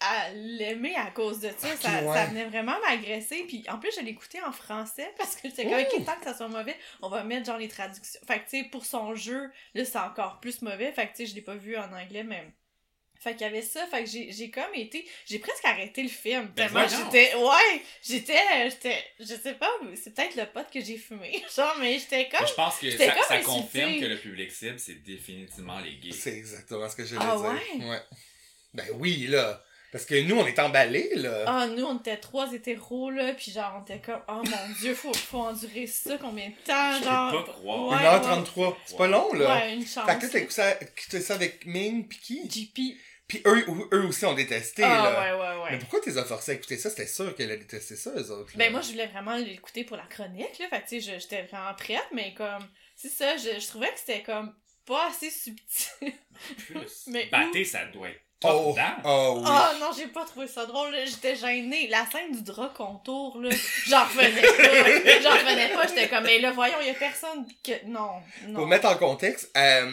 B: à l'aimer à cause de ça.
C: Ok,
B: ça,
C: ouais.
B: ça venait vraiment m'agresser. Puis en plus, je l'écoutais en français parce que j'étais comme, ok, tant que ça soit mauvais, on va mettre genre les traductions. Fait que tu sais, pour son jeu, là, c'est encore plus mauvais. Fait que tu sais, je l'ai pas vu en anglais, même. Fait qu'il y avait ça, fait que j'ai j'ai comme été. J'ai presque arrêté le film.
A: Ben
B: Tellement
A: voyons.
B: j'étais. Ouais! J'étais. j'étais- Je sais pas, c'est peut-être le pot que j'ai fumé. Genre, mais j'étais comme.
A: Mais je pense que
B: J'étais
A: ça,
B: comme
A: ça
B: insultée.
A: confirme que le public cible, c'est définitivement les gays.
C: C'est exactement ce que j'allais
B: Ah
C: dire. Ouais. Ben oui, là. Parce que nous, on est emballés, là.
B: Ah, nous, on était trois hétéros, là, puis genre, on était comme, oh mon dieu, faut, faut endurer ça combien de temps,
A: Je peux
B: Ah, genre.
A: pas croire.
B: ouais,
C: 1h33. C'est pas
A: Ouais.
C: long, là.
B: Ouais, une chance.
C: Fait que là, t'as écouté ça- écouté ça avec Ming pis qui?
B: JP.
C: Pis eux, ou- eux aussi ont détesté, là.
B: Ah, ouais, ouais,
C: Mais
B: ouais.
C: pourquoi t'es as forcés à écouter ça? C'était sûr qu'elle a détesté ça, eux autres. là.
B: Ben, moi, je voulais vraiment l'écouter pour la chronique, là, fait que, tu sais, je- j'étais vraiment prête, mais comme, c'est ça, je, je trouvais que c'était comme pas assez subtil.
A: Plus.
B: Mais
A: Batté, ça doit être
C: Oh,
A: top down.
C: oh oui.
B: Ah, non, j'ai pas trouvé ça drôle, là, j'étais gênée. La scène du drap contour, là, j'en revenais pas. J'en revenais pas, j'étais comme, mais là, voyons, y a personne que. Non, non.
C: Pour mettre en contexte, euh,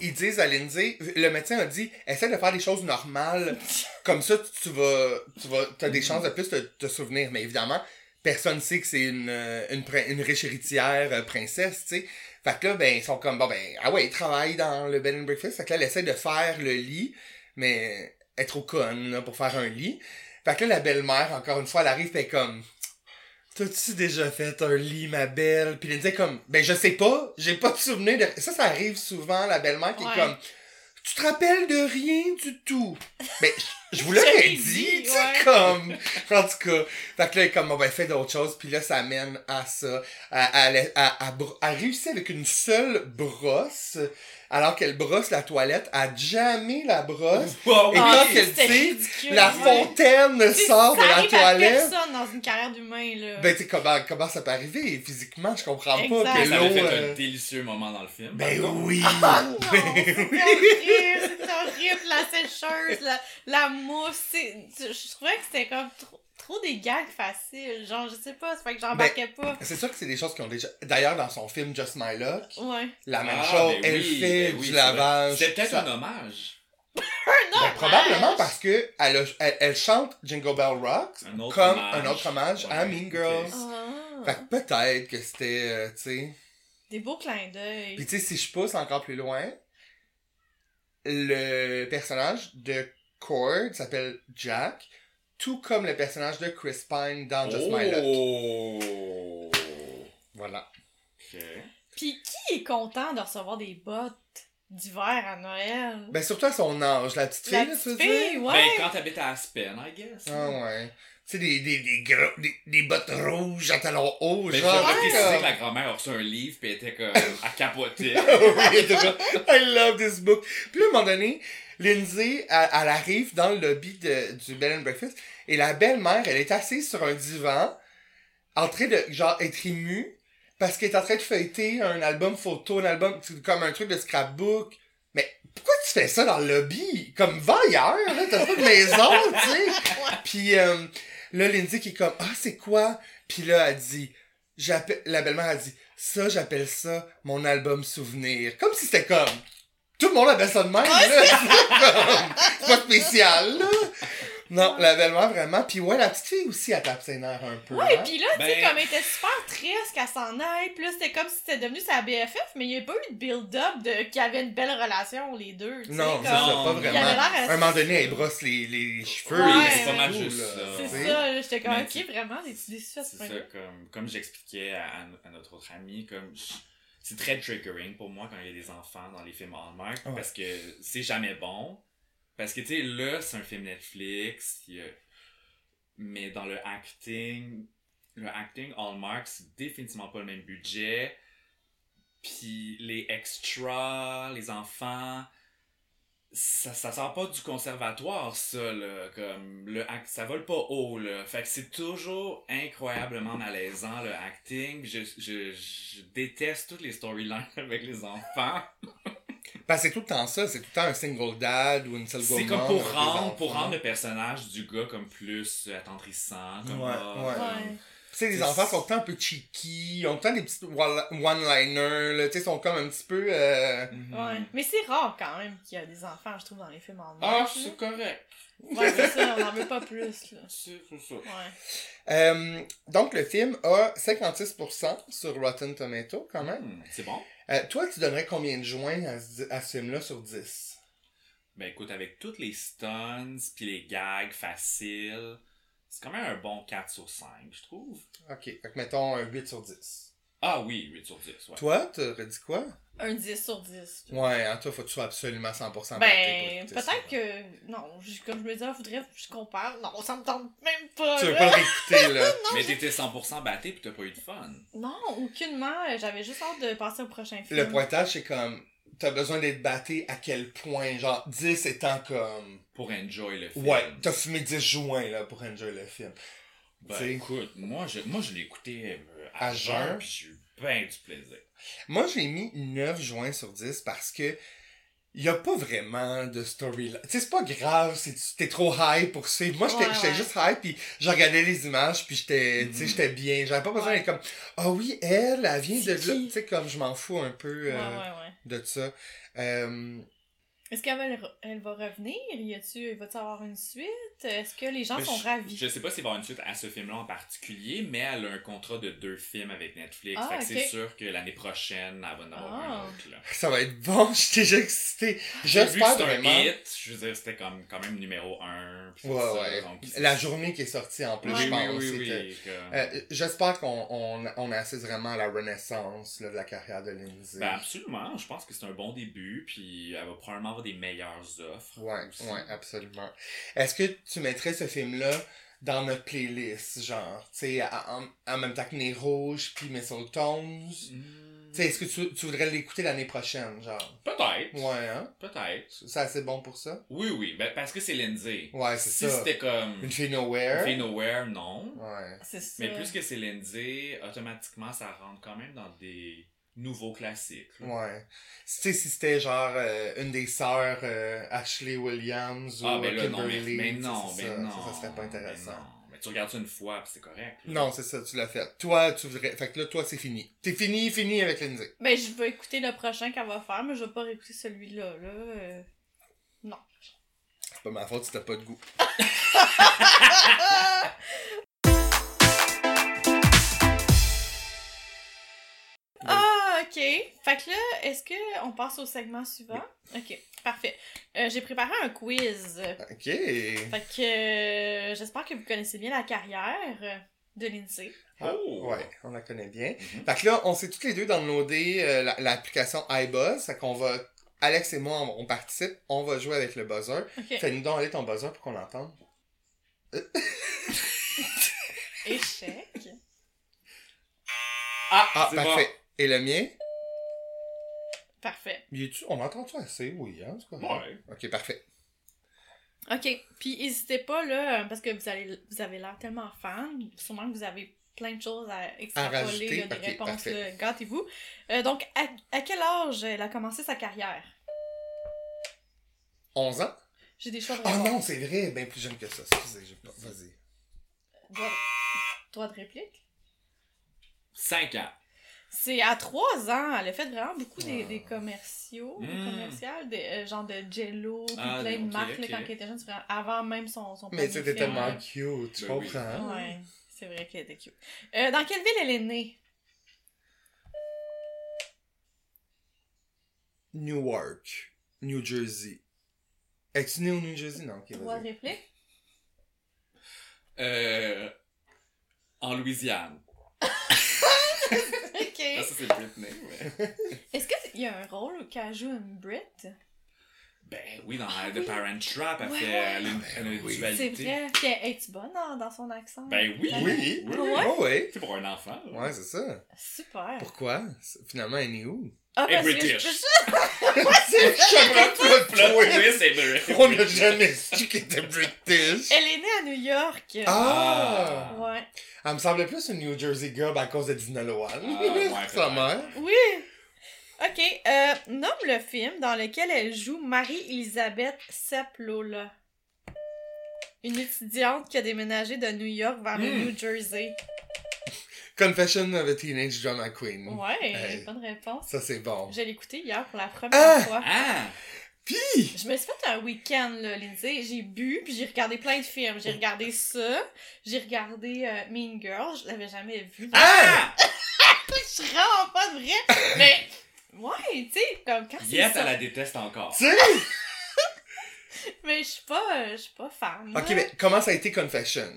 C: ils disent à Lindsay, le médecin a dit, essaie de faire des choses normales, comme ça tu tu vas, tu vas, t'as des chances de plus de te souvenir. Mais évidemment, personne sait que c'est une, euh, une, prin- une riche héritière euh, princesse, tu sais. Fait que là, ben, ils sont comme, bon, ben, ah ouais, ils travaillent dans le bed and breakfast. Fait que là, elle essaie de faire le lit, mais elle est trop conne, là, pour faire un lit. Fait que là, la belle-mère, encore une fois, elle arrive, pis elle est comme, T'as-tu déjà fait un lit, ma belle? Puis Lindsay est comme, ben je sais pas, j'ai pas de souvenir de... Ça, ça arrive souvent, la belle-mère qui
B: Ouais.
C: est comme, tu te rappelles de rien du tout. Ben, je- je vous
B: Je
C: l'aurais
B: l'ai
C: dit,
B: dit,
C: tu sais,
B: ouais.
C: comme... En tout cas, fait que là, elle est comme, bon ben fais d'autres choses, puis là, ça amène à ça. À, à, à, à, à br- à réussir avec une seule brosse alors qu'elle brosse la toilette, elle jamais la brosse.
A: Wow,
C: Oh.
A: oui.
C: Et quand elle
B: Ah, c'était
C: tire,
B: ridicule,
C: La
B: ouais.
C: fontaine
B: Tu sais,
C: sort de
B: ça
C: la
B: arrive à
C: toilette.
B: personne dans une carrière d'humain, là.
C: Ben, tu sais, comment, comment ça peut arriver physiquement, je comprends pas
A: Mais
B: Exact.
C: que
A: Ah, ça avait
C: l'eau.
A: fait
C: euh,
A: un Ah, délicieux moment dans le film.
C: Ben oui!
B: Non, Oh, c'est
C: Ben oui!
B: horrible, c'est horrible, la sécheuse, la, la mousse, c'est- tu- je trouvais que c'était comme trop, trop des gags faciles, genre, je sais pas, c'est fait que j'embarquais pas.
C: C'est sûr que c'est des choses qui ont déjà. D'ailleurs, dans son film Just My Luck,
B: Ouais.
C: la même
A: Ah,
C: chose,
A: ben
C: elle
A: oui,
C: fait
A: ben oui,
C: du
A: c'est
C: lavage.
A: C'était peut-être
C: ça-
A: un hommage.
B: Un
C: Ben,
B: hommage!
C: probablement parce que elle, a- elle, elle chante Jingle Bell Rocks
A: Un autre
C: comme
A: hommage.
C: un autre hommage à
A: Ouais,
C: Mean
A: ok.
C: Girls.
B: Ah.
C: Fait que peut-être que c'était, euh, tu sais.
B: Des beaux clins
C: Puis
B: d'œil.
C: tu sais, si je pousse encore plus loin, le personnage de Cord s'appelle Jack, tout comme le personnage de Chris Pine dans Ah, Just My Luck.
A: Oh!
C: Voilà.
A: Ok.
B: Puis qui est content de recevoir des bottes d'hiver à Noël?
C: Ben surtout à son âge, la petite fille,
B: la
C: là, tu veux
B: petite
C: dire?
B: fille,
A: Ben,
B: ouais!
A: quand t'habites à Aspen, I guess.
C: Ah ouais. Tu sais, des, des, des, gros- des, des bottes rouges à talons hauts,
A: Mais je
C: genre.
A: Ben, pas préciser que
C: comme-
A: la grand-mère a reçu un livre pis elle était comme à capoter.
C: Oui, de vrai. I love this book. Puis là, à un moment donné, Lindsay, elle, elle arrive dans le lobby de- du Bed and Breakfast et la belle-mère, elle est assise sur un divan, en train de, genre, être émue parce qu'elle est en train de feuilleter un album photo, un album, c'est comme un truc de scrapbook. Mais pourquoi tu fais ça dans le lobby? Comme va ailleurs, là, t'as pas de maison, tu sais. Puis euh, là, Lindsay qui est comme, ah, c'est quoi? Puis là, elle dit, j'appelle, la belle-mère a dit, ça, j'appelle ça mon album souvenir. Comme si c'était comme, tout le monde appelle ça de même, là. C'est pas spécial, là. Non, la belle-mère, vraiment. Puis ouais, la petite fille aussi, elle tape ses nerfs un peu.
B: Ouais,
C: hein.
B: pis là, tu sais,
A: Ben-
B: comme elle était super triste qu'elle s'en aille, pis là, c'était comme si c'était devenu sa BFF, mais il n'y a pas eu de build-up de qu'il y avait une belle relation, les deux, tu sais,
C: Non,
B: comme...
C: c'est ça, pas
A: comme-
B: Il y avait
C: vraiment.
B: l'air
C: À
B: assez-
C: un moment donné, elle brosse les, les cheveux.
B: Ouais,
C: mais
B: mais c'est pas
A: mal
C: tout,
A: juste
C: là,
A: ça.
B: C'est
C: tu sais.
B: ça, là, j'étais comme,
A: Mais
B: ok,
A: c'est-
B: vraiment, des petits déçus à ce
A: C'est ça,
B: point-là.
A: comme, comme j'expliquais à, à notre autre ami, comme je- c'est très triggering pour moi quand il y a des enfants dans les films Hallmark
C: Ouais.
A: parce que c'est jamais bon. Parce que, tu sais, là, c'est un film Netflix, il y a- mais dans le acting, le acting Hallmark, c'est définitivement pas le même budget. Puis les extras, les enfants, ça, ça sort pas du conservatoire, ça, là. Comme, le act- ça vole pas haut, là. Fait que c'est toujours incroyablement malaisant, le acting. Je, je, je déteste toutes les storylines avec les enfants.
C: Ben, c'est tout le temps ça. C'est tout le temps un single dad ou une single mom.
A: C'est comme pour
C: avec des
A: rendre, pour
C: enfants.
A: rendre le personnage du gars comme plus attendrissant. Comme
C: Ouais,
A: ah,
C: ouais.
A: comme-
C: Tu sais, les enfants sont tout le temps un peu cheeky. Ils ont tout le temps des petits one- one-liners. là, Tu sais, ils sont comme un petit peu... euh,
A: Mhm.
B: Ouais. Mais c'est rare, quand même, qu'il y a des enfants, je trouve, dans les films en
A: Ah,
B: marche,
A: c'est correct.
B: là. Ouais, c'est ça, on n'en veut pas plus, là.
A: C'est c'est ça.
B: Ouais.
C: Euh, donc, le film a 56% sur Rotten Tomato, quand même.
A: Hmm, C'est bon.
C: Euh, toi, tu donnerais combien de joints à, ce- à ce film-là sur 10?
A: Ben écoute, avec toutes les stunts puis les gags faciles, c'est quand même un bon 4 sur 5, je trouve.
C: OK. Fait que mettons un 8 sur 10.
A: Ah oui, 8 sur 10, ouais.
C: Toi, t'aurais dit quoi?
B: Un 10 sur 10. là.
C: Ouais, hein, toi, faut que tu sois absolument 100%
B: Ben,
C: batté pour écouter ça.
B: peut-être que... Non, je- comme je me disais, il faudrait que je compare. Non, ça me tente même pas,
C: Tu veux
B: là.
C: pas le réécouter, là.
A: Mais t'étais 100% batté puis t'as pas eu de fun.
B: Non, aucunement. Euh, J'avais juste hâte de passer au prochain film.
C: Le pointage, c'est comme... T'as besoin d'être batté à quel point? Genre, 10 étant comme...
A: Pour enjoy le film.
C: Ouais, t'as fumé 10 joints, là, pour enjoy le film.
A: Ben
C: t'sais.
A: écoute, moi je, moi, je l'ai écouté euh, à,
C: À jeun.
A: jeun puis j'ai eu ben du plaisir.
C: Moi, j'ai mis 9 juin sur 10 parce que il a pas vraiment de story. Tu sais, c'est pas grave si tu- t'es trop high pour suivre. Moi, j'étais
B: Ouais,
C: j'étais
B: ouais.
C: juste high, puis je regardais les images, puis j'étais tu sais,
A: Mhm.
C: j'étais bien. J'avais pas besoin
B: Ouais.
C: d'être comme, ah oui, elle, elle vient de
B: C'est
C: là.
B: qui?
C: Tu sais, comme je m'en fous un peu
B: Ouais,
C: euh,
B: ouais, ouais.
C: de ça. Euh,
B: Est-ce qu'elle va, le- elle va revenir? Y a-tu, va-tu avoir une suite? Est-ce que les gens
A: Ben,
B: sont
A: je-
B: ravis?
A: Je sais pas s'il va y avoir une suite à ce film-là en particulier, mais elle a un contrat de deux films avec Netflix.
B: Ah,
A: fait que
B: ok.
A: c'est sûr que l'année prochaine, elle va en avoir
B: Ah.
A: un autre. Là.
C: ça va être bon, je t'ai déjà excité.
A: Vu que
C: J'espère
A: c'est un
C: vraiment.
A: hit, je veux dire, c'était comme, quand même numéro un. puis
C: Ouais,
A: tout ça,
C: ouais.
A: donc c'est-
C: La journée qui est sortie en plus,
A: Oui,
C: je
A: oui,
C: pense.
A: oui,
C: c'était-
A: oui, comme-
C: Euh, J'espère qu'on on, on assiste vraiment à la renaissance là, de la carrière de Lindsay.
A: Ben, absolument, je pense que c'est un bon début, puis elle va probablement avoir des meilleures offres.
C: Ouais,
A: aussi.
C: ouais, absolument. Est-ce que tu mettrais ce film-là dans notre playlist, genre, tu sais, à- en, en même temps que Nez Rouge puis Mistletones?
A: Hmm,
C: Tu sais, est-ce que tu, tu voudrais l'écouter l'année prochaine, genre?
A: Peut-être.
C: Ouais, hein?
A: Peut-être.
C: C'est assez bon pour ça?
A: Oui, oui. Ben, parce que c'est Lindsay.
C: Ouais, c'est
A: Si
C: ça.
A: c'était comme.
C: Une fille nowhere?
A: Fille Nowhere, non.
C: Ouais.
B: C'est ça.
A: Mais plus que c'est Lindsay, automatiquement, ça rentre quand même dans des nouveaux classiques. là.
C: Ouais. Tu sais, si c'était genre euh, une des sœurs euh, Ashley Williams ou euh,
A: Ah, ben là, non, mais,
C: Kimberly.
A: mais
C: tu sais,
A: non,
C: c'est
A: mais
C: ça,
A: non.
C: Ça, ça serait pas
A: mais
C: intéressant.
A: non. Mais tu regardes ça une fois, puis c'est correct. là.
C: Non, c'est ça, tu l'as fait. Toi, tu voudrais. Fait que là, toi, c'est fini. T'es fini, fini avec Lindsay.
B: Ben, je vais écouter le prochain qu'elle va faire, mais je vais pas réécouter celui-là, là. euh. Non.
C: C'est pas ma faute si t'as pas de goût.
B: Ah, ok. Fait que là, est-ce que on passe au segment suivant? Ok, parfait. Euh, J'ai préparé un quiz.
C: Ok.
B: Fait que euh, j'espère que vous connaissez bien la carrière euh, de Lindsay.
A: Oh!
C: Ah, Ouais, on la connaît bien.
A: Mhm.
C: Fait que là, on s'est toutes les deux downloadé euh, la- l'application iBuzz. Fait qu'on va. Alex et moi, on, on participe. On va jouer avec le buzzer.
B: Ok.
C: Fais-nous donc aller ton buzzer pour qu'on l'entende.
B: Échec.
A: Ah,
C: Ah,
A: c'est
C: parfait. Et le mien?
B: Parfait.
C: Il est-tu- On l'entend-tu assez? Oui, hein? C'est
A: bon.
C: correct.
A: Ouais.
C: Ok, parfait.
B: Ok, puis n'hésitez pas là, euh, parce que vous, allez, vous avez l'air tellement fan, sûrement que vous avez plein de choses à
C: À
B: extrapoler,
C: rajouter,
B: là, des
C: ok,
B: réponses,
C: parfait.
B: là, gâtez-vous. Euh, donc, à, à quel âge elle a commencé sa carrière?
C: 11 ans?
B: J'ai des choix de
C: Ah
B: réponse.
C: non, c'est vrai, bien plus jeune que ça. Excusez, j'ai pas. Vas-y.
B: Droit, droit de réplique?
A: Cinq ans.
B: C'est à 3 ans, elle a fait vraiment beaucoup des,
C: Ah.
B: des commerciaux, des
A: Mm.
B: commerciales, des, euh, genre de Jello, puis
A: Ah,
B: plein de
A: ok,
B: marques là,
A: ok.
B: quand elle était jeune, c'est vraiment avant même son, son
C: Mais
B: panier
C: c'était
B: filaire.
C: tellement cute, tu
A: Ben oui.
C: comprends?
B: Ouais, c'est vrai qu'elle était cute. Euh, dans quelle ville elle est née?
C: Newark, New Jersey. Es-tu né au New Jersey? Non, ok,
B: Droit de
C: vas-y.
B: réplique?
A: Euh, en Louisiane.
B: Ok.
A: Ah, ça, c'est Britney. ouais.
B: Est-ce qu'il y a un rôle qu'elle joue une Brit?
A: Ben oui, dans
B: Ah,
A: The
B: oui.
A: Parent Trap, elle
B: Ouais.
A: fait elle a une,
C: Ah,
A: elle a une
C: ben oui.
B: C'est
A: dualité.
B: vrai. Puis elle- es-tu bonne dans, dans son accent? Ah,
A: Ben oui.
C: Oui.
A: oui.
B: Ouais.
C: Oh, ouais.
A: C'est pour un enfant. là.
C: Ouais, c'est ça.
B: Super.
C: Pourquoi? C'est- Finalement, elle est où?
B: Ah,
A: Et
B: parce que
A: British.
B: je-
C: c'est
A: Plot
C: le twist.
A: twist, c'est Britney.
C: On n'a jamais su qu'elle était British.
B: Elle est née à New York.
C: Ah!
B: Ouais.
C: Elle me semblait plus une New Jersey girl ben, à cause de Dina Lohan.
A: Ah, ouais,
C: Sa
A: peut-être.
C: mère.
B: Oui. Ok. euh, nomme le film dans lequel elle joue Marie-Elisabeth Sepp-Lola. Une étudiante qui a déménagé de New York vers le
A: Hmm.
B: New Jersey.
C: Confession of a Teenage Drama Queen.
B: Ouais,
C: Hey.
B: bonne réponse.
C: Ça, c'est bon.
B: Je l'ai écouté hier pour la première
C: Ah!
B: fois.
A: Ah!
C: Puis,
B: Je me suis fait un week-end, là, Lindsay. J'ai bu, puis j'ai regardé plein de films. J'ai regardé ça, j'ai regardé euh, Mean Girls, je l'avais jamais vu.
A: Ah!
B: Je suis vraiment pas de vrai, mais... Ouais, tu sais, comme quand c'est
A: Yes,
B: ça.
A: elle la déteste encore.
C: tu sais,
B: Mais je suis pas, euh, je suis pas fan.
C: Ok,
B: là.
C: mais comment ça a été Confession?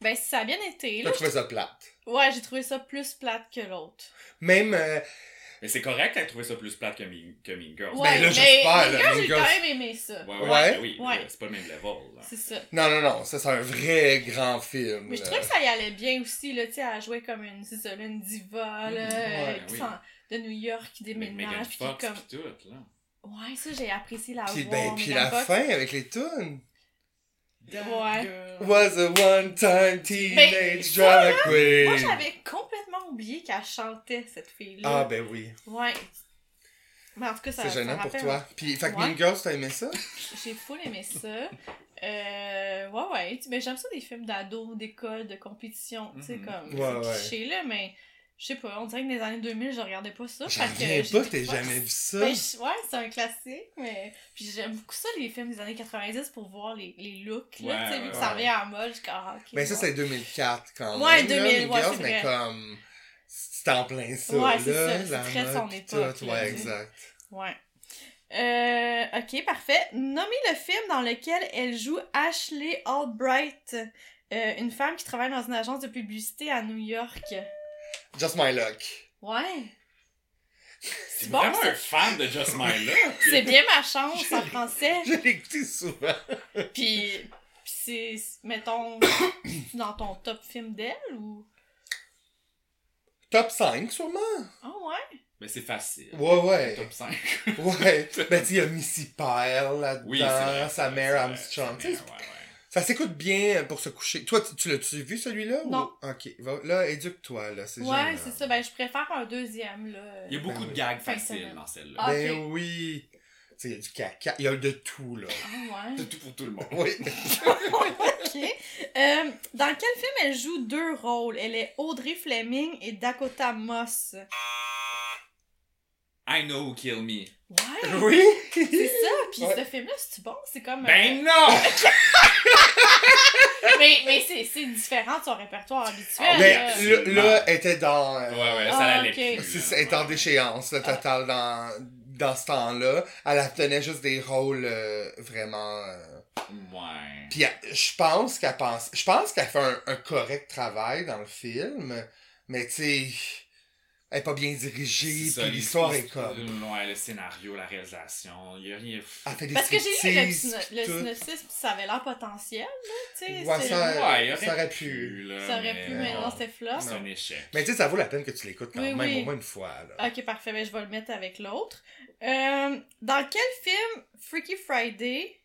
B: Ben, ça a bien été, là.
C: T'as trouvé ça plate.
B: Ouais, j'ai trouvé ça plus plate que l'autre.
C: Même, euh,
A: Mais c'est correct, elle trouvait ça plus plate que Mean, que mean Girl.
B: Ouais,
C: Ben, là,
B: mais
C: j'espère, là,
B: Mean Girls,
C: Mean
B: j'ai
C: Girls.
B: quand même aimé ça.
A: Ouais, ouais,
C: Ouais.
A: ben oui,
B: Ouais.
A: c'est pas le même level. là.
B: C'est ça.
C: non, non, non, ça c'est un vrai grand film.
B: Mais je
C: là.
B: trouvais que ça y allait bien aussi, là, tu sais, à jouer comme une, c'est ça, là, une diva, là,
C: Mm, Ouais,
B: euh, qui
A: oui.
B: s'en- de New York, qui
A: Mais Megan
B: déménage, puis qui est
A: Fox
B: comme...
A: pis tout, là.
B: Ouais, ça, j'ai apprécié la
C: Puis,
B: voix.
C: ben, puis
B: Megan
C: la
B: Fox.
C: fin avec les tunes.
B: Ouais.
C: Was a one-time
B: Ben,
C: teenage
B: ça,
C: drama
B: Moi,
C: queen.
B: j'avais complètement oublié qu'elle chantait, cette fille-là.
C: Ah, ben oui,
B: Ouais. Mais en tout cas, ça
C: c'est
B: ça
C: gênant pour
B: rappelle-
C: toi. Puis, fait que
B: Ouais.
C: Mean Girls, t'as aimé ça?
B: J'ai full aimé ça. Euh, ouais, ouais. Tu- Mais j'aime ça des films d'ados, d'école, de compétition. Tu
C: Mm-hmm.
B: sais,
A: Mhm.
B: comme.
C: Ouais,
B: c'est
C: ouais.
B: cliché, là, mais je sais pas. On dirait que dans les années 2000, je regardais pas ça.
C: J'en
B: parce que
C: reviens
B: j'étais
C: pas que t'aies
B: pas-
C: jamais vu ça.
B: Ben, je- ouais, c'est un classique, mais. Puis j'aime beaucoup ça, les films des années 90 pour voir les, les looks, là.
A: Ouais,
B: tu sais, vu
A: ouais,
B: que ça
C: ouais.
B: revient en mode, je suis comme, ah, ok,
C: Ben, ça
B: bon.
C: c'est 2004 quand
B: Ouais,
C: même. là,
B: 2000,
C: Mean
B: ouais,
C: Girls,
B: c'est
C: mais
B: vrai.
C: comme, c'est en plein ça,
B: Ouais, c'est
C: là.
B: ça,
C: la
B: c'est très
C: mode,
B: son
C: puis
B: époque,
C: tout,
B: là,
C: Ouais,
B: tu sais.
C: exact.
B: Ouais. Euh, ok, parfait. Nommez le film dans lequel elle joue Ashley Albright, euh, une femme qui travaille dans une agence de publicité à New York.
C: Just My Luck.
B: Ouais.
A: C'est
B: bon,
A: vraiment
B: ça.
A: un fan de Just My Luck.
B: C'est bien ma chance en français.
C: Je l'ai écouté souvent.
B: Puis, puis c'est, mettons, dans ton top film d'elle ou.
C: Top 5, sûrement.
B: Ah ouais?
A: Mais c'est facile.
C: Ouais, ouais.
A: Top 5.
C: Ouais. ben, tu sais, il y a Missy Pyle là-dedans,
A: Oui, c'est vrai.
C: sa
A: C'est
C: mère
A: vrai,
C: Armstrong.
A: c'est
C: Tu sais,
A: vrai, ouais, ouais.
C: Ça s'écoute bien pour se coucher. Toi, tu, tu l'as-tu vu celui-là?
B: Non.
C: Ou... Ok. Va- Là, éduque-toi, là. C'est
B: Ouais,
C: gênant.
B: c'est ça. Ben, je préfère un deuxième, là.
A: Il y a beaucoup
C: Ben
A: de
C: oui.
A: gags
B: Fin de
A: faciles
B: semaine.
A: dans celle-là.
B: Ah.
C: Ben
B: Ok.
C: oui. Tu sais, il y a du caca. Il y a de tout, là.
B: Ah ouais.
A: C'est tout pour tout le monde.
C: Oui.
B: ok. Euh, dans quel film elle joue deux rôles? Elle est Audrey Fleming et Dakota Moss.
A: I know who kill me.
B: Ouais!
C: oui.
B: C'est ça, puis
C: Ouais.
B: ce film-là, c'est bon, c'est comme. euh,
A: Ben non!
B: mais mais c'est c'est différent de son répertoire habituel.
C: Mais
B: là.
A: euh,
C: là, là, elle était dans. euh,
A: Ouais, ouais, ça
B: Ah,
A: l'allait
B: ok.
A: plus. là.
C: C'est ça, elle est en déchéance là, totale dans, dans ce temps-là. Elle obtenait juste des rôles euh, vraiment. euh,
A: Ouais.
C: Puis elle- je pense qu'elle pense. Je pense qu'elle fait un, un correct travail dans le film, mais tu sais, elle est pas bien dirigée.
A: C'est ça,
C: Puis
A: les- euh,
C: l'histoire est comme.
A: Ouais, le scénario, la réalisation, il y a rien.
C: Elle fait des
B: Parce que j'ai lu le,
C: striptease,
B: syno-
C: puis
B: le
C: tout.
B: synopsis, puis ça avait l'air potentiel, là, tu sais.
C: Ouais,
B: c'est-
C: ça,
A: Ouais, il
C: ça aurait pu.
A: là,
B: ça
C: Euh,
B: aurait pu, mais
A: bon,
B: non, c'était flop.
A: C'est un échec.
C: Mais tu sais, ça vaut la peine que tu l'écoutes quand
B: Oui,
C: même
B: oui.
C: au moins une fois. Là.
B: Ok, parfait, ben, je vais le mettre avec l'autre. Euh, dans quel film Freaky Friday.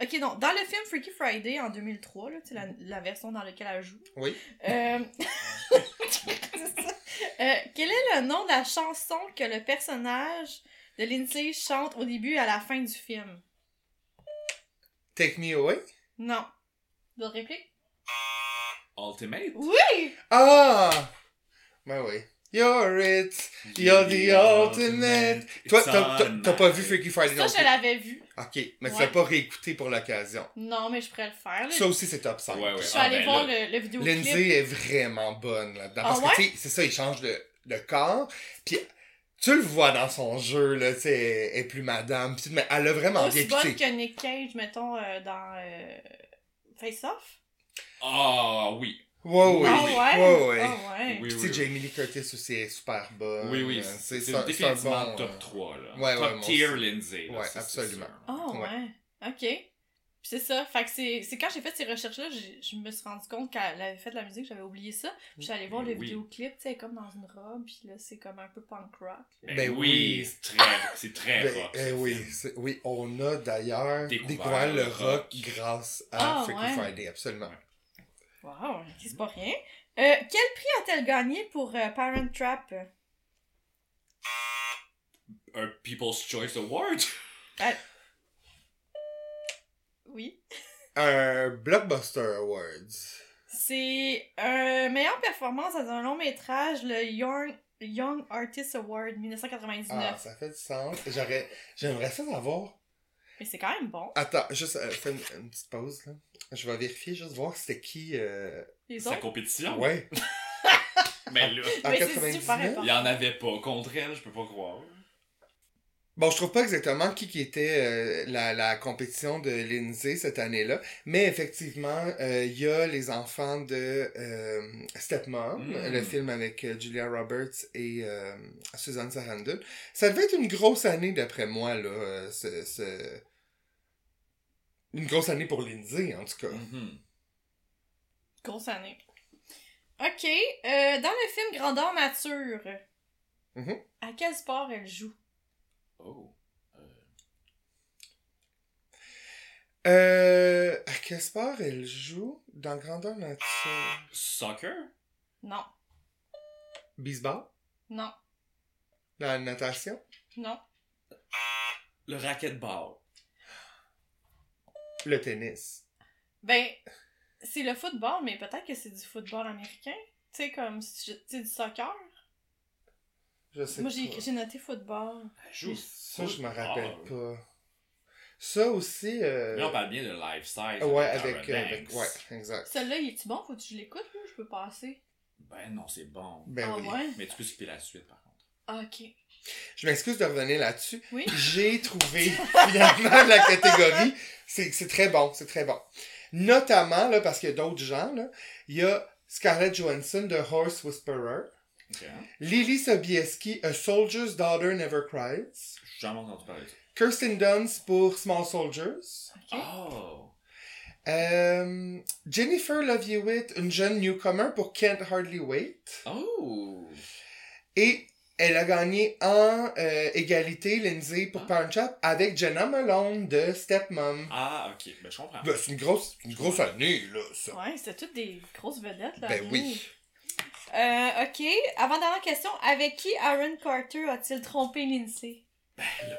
B: Ok, non, dans le film Freaky Friday en 2003, là, tu sais, la, la version dans laquelle elle joue.
C: Oui.
B: Euh, c'est ça. Euh, quel est le nom de la chanson que le personnage de Lindsay chante au début et à la fin du film
C: Take me away.
B: Non. D'autres répliques
A: Ultimate?
B: Oui
C: Ah! Ben oui. You're it. You're the ultimate. Toi, t'as t'as- t'as pas vu Freaky Friday
B: Ça,
C: non
B: je
C: plus.
B: l'avais vu.
C: Ok, mais tu
B: Ouais.
C: l'as pas réécouté pour l'occasion.
B: Non, mais je pourrais le faire. là.
C: Ça aussi, c'est top 5.
A: Ouais, ouais.
B: Je suis
A: Ah,
B: allée
A: ben
B: voir le, le vidéoclip.
C: Lindsay est vraiment bonne là-dedans.
B: Ah
C: Parce que, tu sais, c'est ça, il change de, de corps. Puis, tu le vois dans son jeu, là, tu sais, elle est plus madame. Puis, mais elle a vraiment
B: aussi
C: bien
B: bonne
C: pitié.
B: que Nick Cage, mettons, euh, dans euh, Face Off.
A: Ah oui.
C: Ouais, ouais.
B: ah
C: ouais,
B: ouais?
C: ouais.
B: Ah ouais.
A: Oui,
C: Puis, tu
A: oui.
C: sais, Jamie Lee Curtis aussi est super bonne.
A: Oui, oui,
C: Euh,
A: c'est
C: un- un
A: définitivement
C: bon, euh,
A: top 3, là.
C: Ouais, ouais,
A: top
C: moi
A: tier
C: aussi.
A: Lindsay. là,
C: Ouais,
A: ça, c'est
C: absolument.
A: sûr.
B: Ah ouais. OK. Puis c'est ça. Fait que c'est c'est quand j'ai fait ces recherches-là, j'ai- je me suis rendu compte qu'elle avait fait de la musique, j'avais oublié ça. Puis j'allais voir
A: Mais
B: le
A: Ben oui.
B: vidéoclip, tu sais, elle est comme dans une robe, puis là, c'est comme un peu punk rock.
A: Ben,
C: Ben
A: oui,
C: oui.
A: c'est très, c'est très
C: Ben,
A: rock.
C: eh
A: ce
C: oui,
A: film.
C: c'est- oui, on a d'ailleurs
A: Découvert
C: découvert,
A: le
C: le rock grâce
B: Ah,
C: à Freaky
B: ouais.
C: Friday, absolument.
B: Wow, c'est pas rien. Euh, quel prix a-t-elle gagné pour euh, Parent Trap?
A: Un People's Choice Award.
B: Oui.
C: Un Blockbuster Awards.
B: C'est euh, meilleure performance dans un long métrage, le Young, Young Artist Award 1999.
C: Ah, ça fait du sens. J'aurais, j'aimerais ça savoir.
B: Mais c'est quand même bon.
C: Attends, juste, euh, fais une, une petite pause, là. Je vais vérifier, juste voir c'était qui, euh...
B: Les
A: Sa
B: autres,
A: compétition.
C: ouais,
A: Mais là,
C: en
B: Mais c'est super
C: 99.
A: il
B: important.
A: y en avait pas. Contre elle, je peux pas croire.
C: Bon, je trouve pas exactement qui qui était euh, la, la compétition de l'INSEE E cette année-là, mais effectivement, euh, il y a les enfants de euh, Stepmom,
A: Mm.
C: le film avec euh, Julia Roberts et euh, Susan Sarandon. Ça devait être une grosse année d'après moi, là, euh, ce, ce- Une grosse année pour l'INSEE, E, en tout cas.
A: Mhm.
B: grosse année. Ok, euh, dans le film Grandeur Mature,
C: Mhm.
B: à quel sport elle joue
A: Oh.
C: Euh, à quel sport elle joue dans Grandeur Nature?
A: Soccer?
B: Non,
C: Baseball?
B: non,
C: Dans la natation?
B: non.
A: Le racquetball.
C: Le tennis?
B: Ben, c'est le football, mais peut-être que c'est du football américain. Tu sais, comme, si je- tu sais, du soccer.
C: Je sais
B: Moi, j'ai
C: pas.
B: j'ai noté football.
A: Elle joue au
C: Ça, je me
A: football.
C: rappelle pas. Ça aussi. Euh...
A: Là, on parle bien de life size.
C: ouais,
A: Tara
C: avec, euh, avec.
A: Banks.
C: Ouais, exact.
B: Celui-là, il est-tu bon? Faut que je l'écoute, là? Je peux passer.
A: Ben non, c'est bon.
C: Ben
B: ah
C: oui.
B: ouais?
A: Mais tu peux skipper la suite, par contre.
B: Ok.
C: Je m'excuse de revenir là-dessus.
B: Oui?
C: J'ai trouvé finalement la catégorie. C'est c'est très bon, c'est très bon. Notamment, là, parce qu'il y a d'autres gens, là. Il y a Scarlett Johansson de Horse Whisperer.
A: Ok. hein?
C: Lily Sobieski, A Soldier's Daughter Never Cries.
A: J'ai jamais entendu parler de ça.
C: Kirsten Dunst pour Small Soldiers.
B: Ok.
A: Oh!
C: Euh, Jennifer Love Hewitt, une jeune newcomer pour Can't Hardly Wait.
A: Oh!
C: Et elle a gagné en euh, égalité, Lindsay, pour
A: Ah.
C: Parent Trap, avec Jenna Malone de Stepmom.
A: Ah, ok, ben, je comprends.
C: Ben, c'est une grosse, une grosse année, là, ça.
B: Ouais, c'était toutes des grosses vedettes, là.
C: Ben
B: oui.
C: oui.
B: Euh, ok. Avant dernière question, avec qui Aaron Carter a-t-il trompé Lindsay?
A: Ben, là,